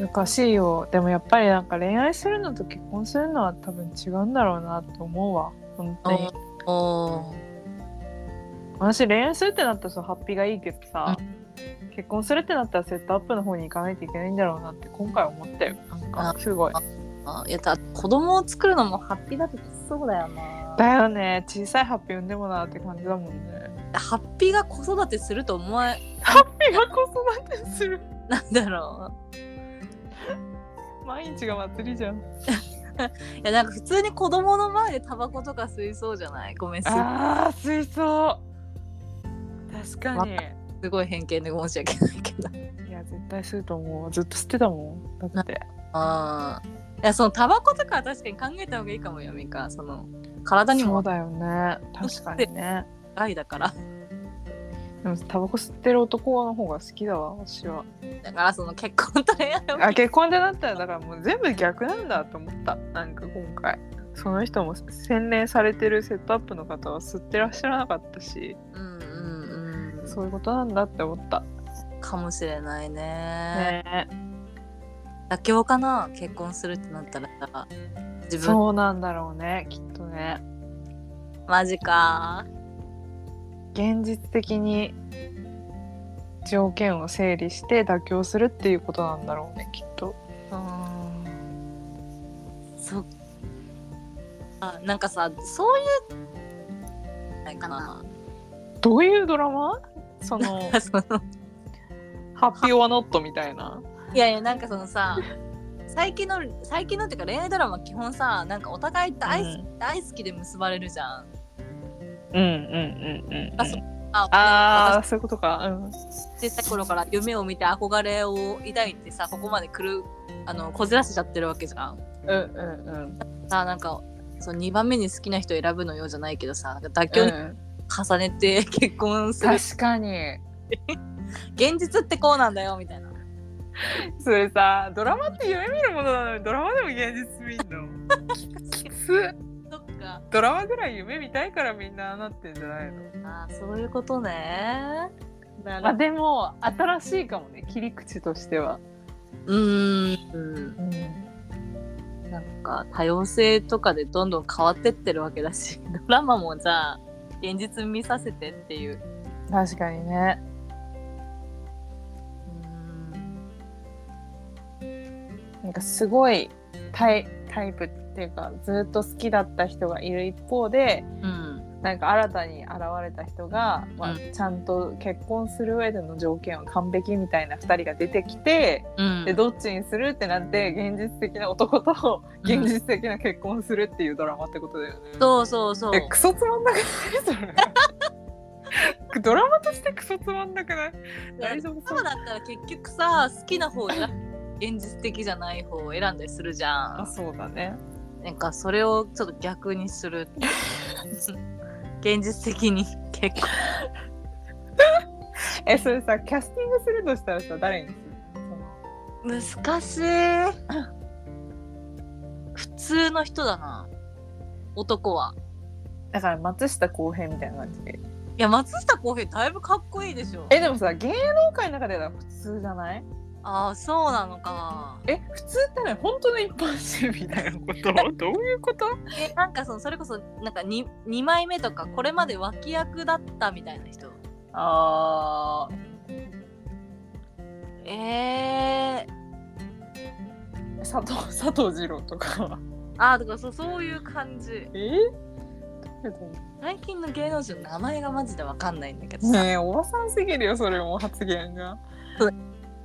Speaker 1: 難しいよでもやっぱりなんか恋愛するのと結婚するのは多分違うんだろうなって思うわ本当に
Speaker 2: おー
Speaker 1: 私恋愛するってなったらそうハッピーがいいけどさ、結婚するってなったらセットアップの方に行かないといけないんだろうなって今回思ったよなんかすごい
Speaker 2: あいやだ子供を作るのもハッピーだときつそうだよな
Speaker 1: だよね小さいハッピー産んでもなって感じだもんね
Speaker 2: ハッピーが子育てすると思わ
Speaker 1: ハッピーが子育てする
Speaker 2: なんだろ
Speaker 1: 毎日が祭りじゃん
Speaker 2: ういやなんか普通に子供の前でタバコとか吸いそうじゃないごめんす
Speaker 1: あー水槽確かに
Speaker 2: すごい偏見で申し訳ないけど
Speaker 1: いや絶対すると思うずっと吸ってたもんだって
Speaker 2: あいやそのタバコとかは確かに考えた方がいいかもよみかその体に
Speaker 1: そ
Speaker 2: も
Speaker 1: うだよね確かにね
Speaker 2: 害だから
Speaker 1: でもタバコ吸ってる男の方が好きだわ私は
Speaker 2: だからその結婚と恋愛を
Speaker 1: あ結婚ってなったらだからもう全部逆なんだと思ったなんか今回その人も洗練されてるセットアップの方は吸ってらっしゃらなかったし
Speaker 2: うんうんうん
Speaker 1: そういうことなんだって思った
Speaker 2: かもしれないね
Speaker 1: ね
Speaker 2: 妥協かな結婚するってなったらさ自分
Speaker 1: そうなんだろうねきっとね
Speaker 2: マジか
Speaker 1: 現実的に条件を整理して妥協するっていうことなんだろうねきっと
Speaker 2: うんそっあなんかさそういうないかな
Speaker 1: どういうドラマその
Speaker 2: その
Speaker 1: ハッピーオアノットみたいない
Speaker 2: やいやなんかそのさ最近の最近のっていうか恋愛ドラマ基本さなんかお互い大好き、
Speaker 1: う
Speaker 2: 大好きで結ばれるじゃん。
Speaker 1: うんうんうんうん
Speaker 2: あそうあ
Speaker 1: あ
Speaker 2: 私
Speaker 1: ーそういうことかうん
Speaker 2: 小さい頃から夢を見て憧れを抱いてさここまで来るあのこじらせちゃってるわけじゃん。
Speaker 1: うんうんうん
Speaker 2: さあなんかその2番目に好きな人を選ぶのようじゃないけどさなんか妥協に重ねて 結婚する、
Speaker 1: 確かに
Speaker 2: 現実ってこうなんだよみたいな。
Speaker 1: それさドラマって夢見るものなのにドラマでも現実見んの す
Speaker 2: そっか
Speaker 1: ドラマぐらい夢見たいからみんなああなってんじゃないの
Speaker 2: あーそういうことね。な
Speaker 1: まあ
Speaker 2: る
Speaker 1: でも新しいかもね切り口としては、
Speaker 2: うーんなんか多様性とかでどんどん変わってってるわけだし ドラマもじゃあ現実見させてっていう
Speaker 1: 確かにねなんかすごいタイタイプっていうかずっと好きだった人がいる一方で
Speaker 2: うん
Speaker 1: なんか新たに現れた人が、まあ
Speaker 2: う、
Speaker 1: ちゃんと結婚する上での条件は完璧みたいな2人が出てきて、
Speaker 2: うん
Speaker 1: でどっちにするってなって現実的な男と
Speaker 2: うん
Speaker 1: 現実的な結婚をするっていうドラマってことだよね。
Speaker 2: そうそうそう
Speaker 1: えクソつまんなくないそれ ドラマとしてクソつまんなくない大丈夫
Speaker 2: そ
Speaker 1: そうう
Speaker 2: だったら結局さ好きな方が現実的じゃない方を選んだりするじゃ
Speaker 1: あ
Speaker 2: ん
Speaker 1: そうだね
Speaker 2: なんかそれをちょっと逆にする 現実的に結婚
Speaker 1: えそれさキャスティングするとしたらさ誰にするそ
Speaker 2: 難しい普通の人だな男は
Speaker 1: のだから松下洸平みたいな感じで
Speaker 2: いや松下洸平だいぶかっこいいでしょ
Speaker 1: えでもさ芸能界の中では普通じゃない
Speaker 2: ああそうなのか
Speaker 1: え普通ってね本当の一般人みたいなこと どういうこと
Speaker 2: えなんかそのそれこそなんか 2, 二枚目とかこれまで脇役だったみたいな人
Speaker 1: あ
Speaker 2: えー、
Speaker 1: ー佐藤佐藤二朗とかは
Speaker 2: ああとかそうそういう感じ
Speaker 1: え誰だ
Speaker 2: 最近の芸能人の名前がマジでわかんないんだけどさ、
Speaker 1: ねえおばさんすぎるよそれも発言が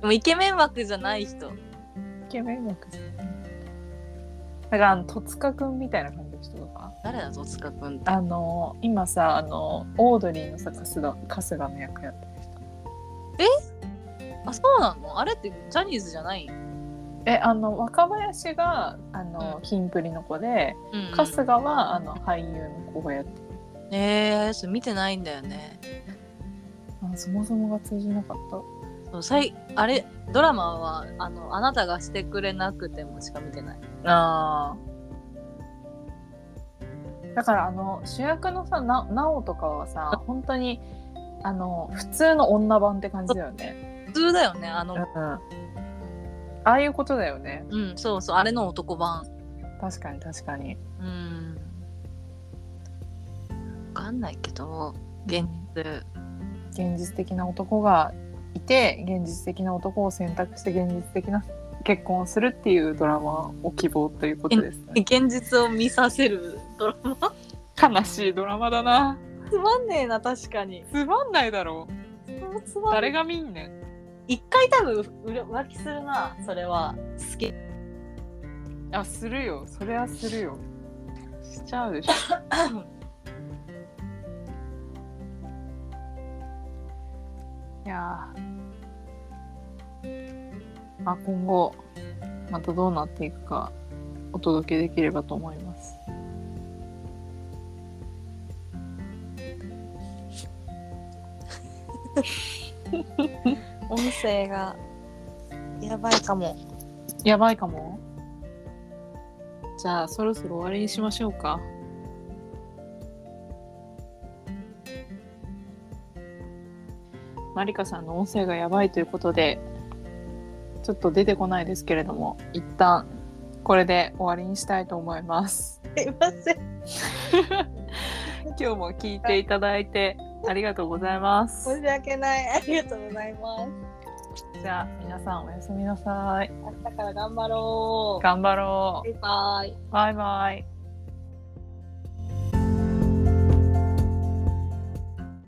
Speaker 2: でもイケメン枠じゃない人
Speaker 1: イケメン枠じゃないだからあの戸塚くんみたいな感じの人とか
Speaker 2: 誰だぞ塚君って
Speaker 1: あの今さあのオードリーのさ春日春日の役やってる人
Speaker 2: あそうなのあれってジャニーズじゃない、
Speaker 1: えあの若林があの
Speaker 2: うん
Speaker 1: キンプリの子で
Speaker 2: うん
Speaker 1: 春日はあの俳優の子がやって
Speaker 2: えー、それ見てないんだよね
Speaker 1: あそもそもが通じなかった
Speaker 2: そうさいあれドラマはあの「あなたがしてくれなくても」しか見てない
Speaker 1: あだからあの主役のさななおとかはさ本当にあの普通の女版って感じだよね、
Speaker 2: 普通だよねあの
Speaker 1: うん、ああいうことだよね
Speaker 2: うん、そうそう、あれの男版。
Speaker 1: 確かに確かに
Speaker 2: うん。わかんないけど、現実。
Speaker 1: 現実的な男がいて現実的な男を選択して現実的な結婚をするっていうドラマを希望ということですね
Speaker 2: 現実を見させるドラマ。
Speaker 1: 悲しいドラマだな
Speaker 2: つまんねえな、確かに。
Speaker 1: つまんないだろう
Speaker 2: つまん
Speaker 1: 誰が見んねん
Speaker 2: 一回多分うら浮気するな、それは。好き。
Speaker 1: あするよそれはするよしちゃうでしょ いやーまあ今後またどうなっていくかお届けできればと思います
Speaker 2: 音声がやばいかも。
Speaker 1: やばいかもじゃあそろそろ終わりにしましょうかマリカさんの音声がやばいということでちょっと出てこないですけれども一旦これで終わりにしたいと思います
Speaker 2: すいません。
Speaker 1: 今日も聞いていただいてありがとうございます
Speaker 2: 訳ない。ありがとうございます。
Speaker 1: じゃあ皆さんおやすみなさい
Speaker 2: 明日から頑張ろう。
Speaker 1: 頑張ろ
Speaker 2: バイバイ。
Speaker 1: うバイバイ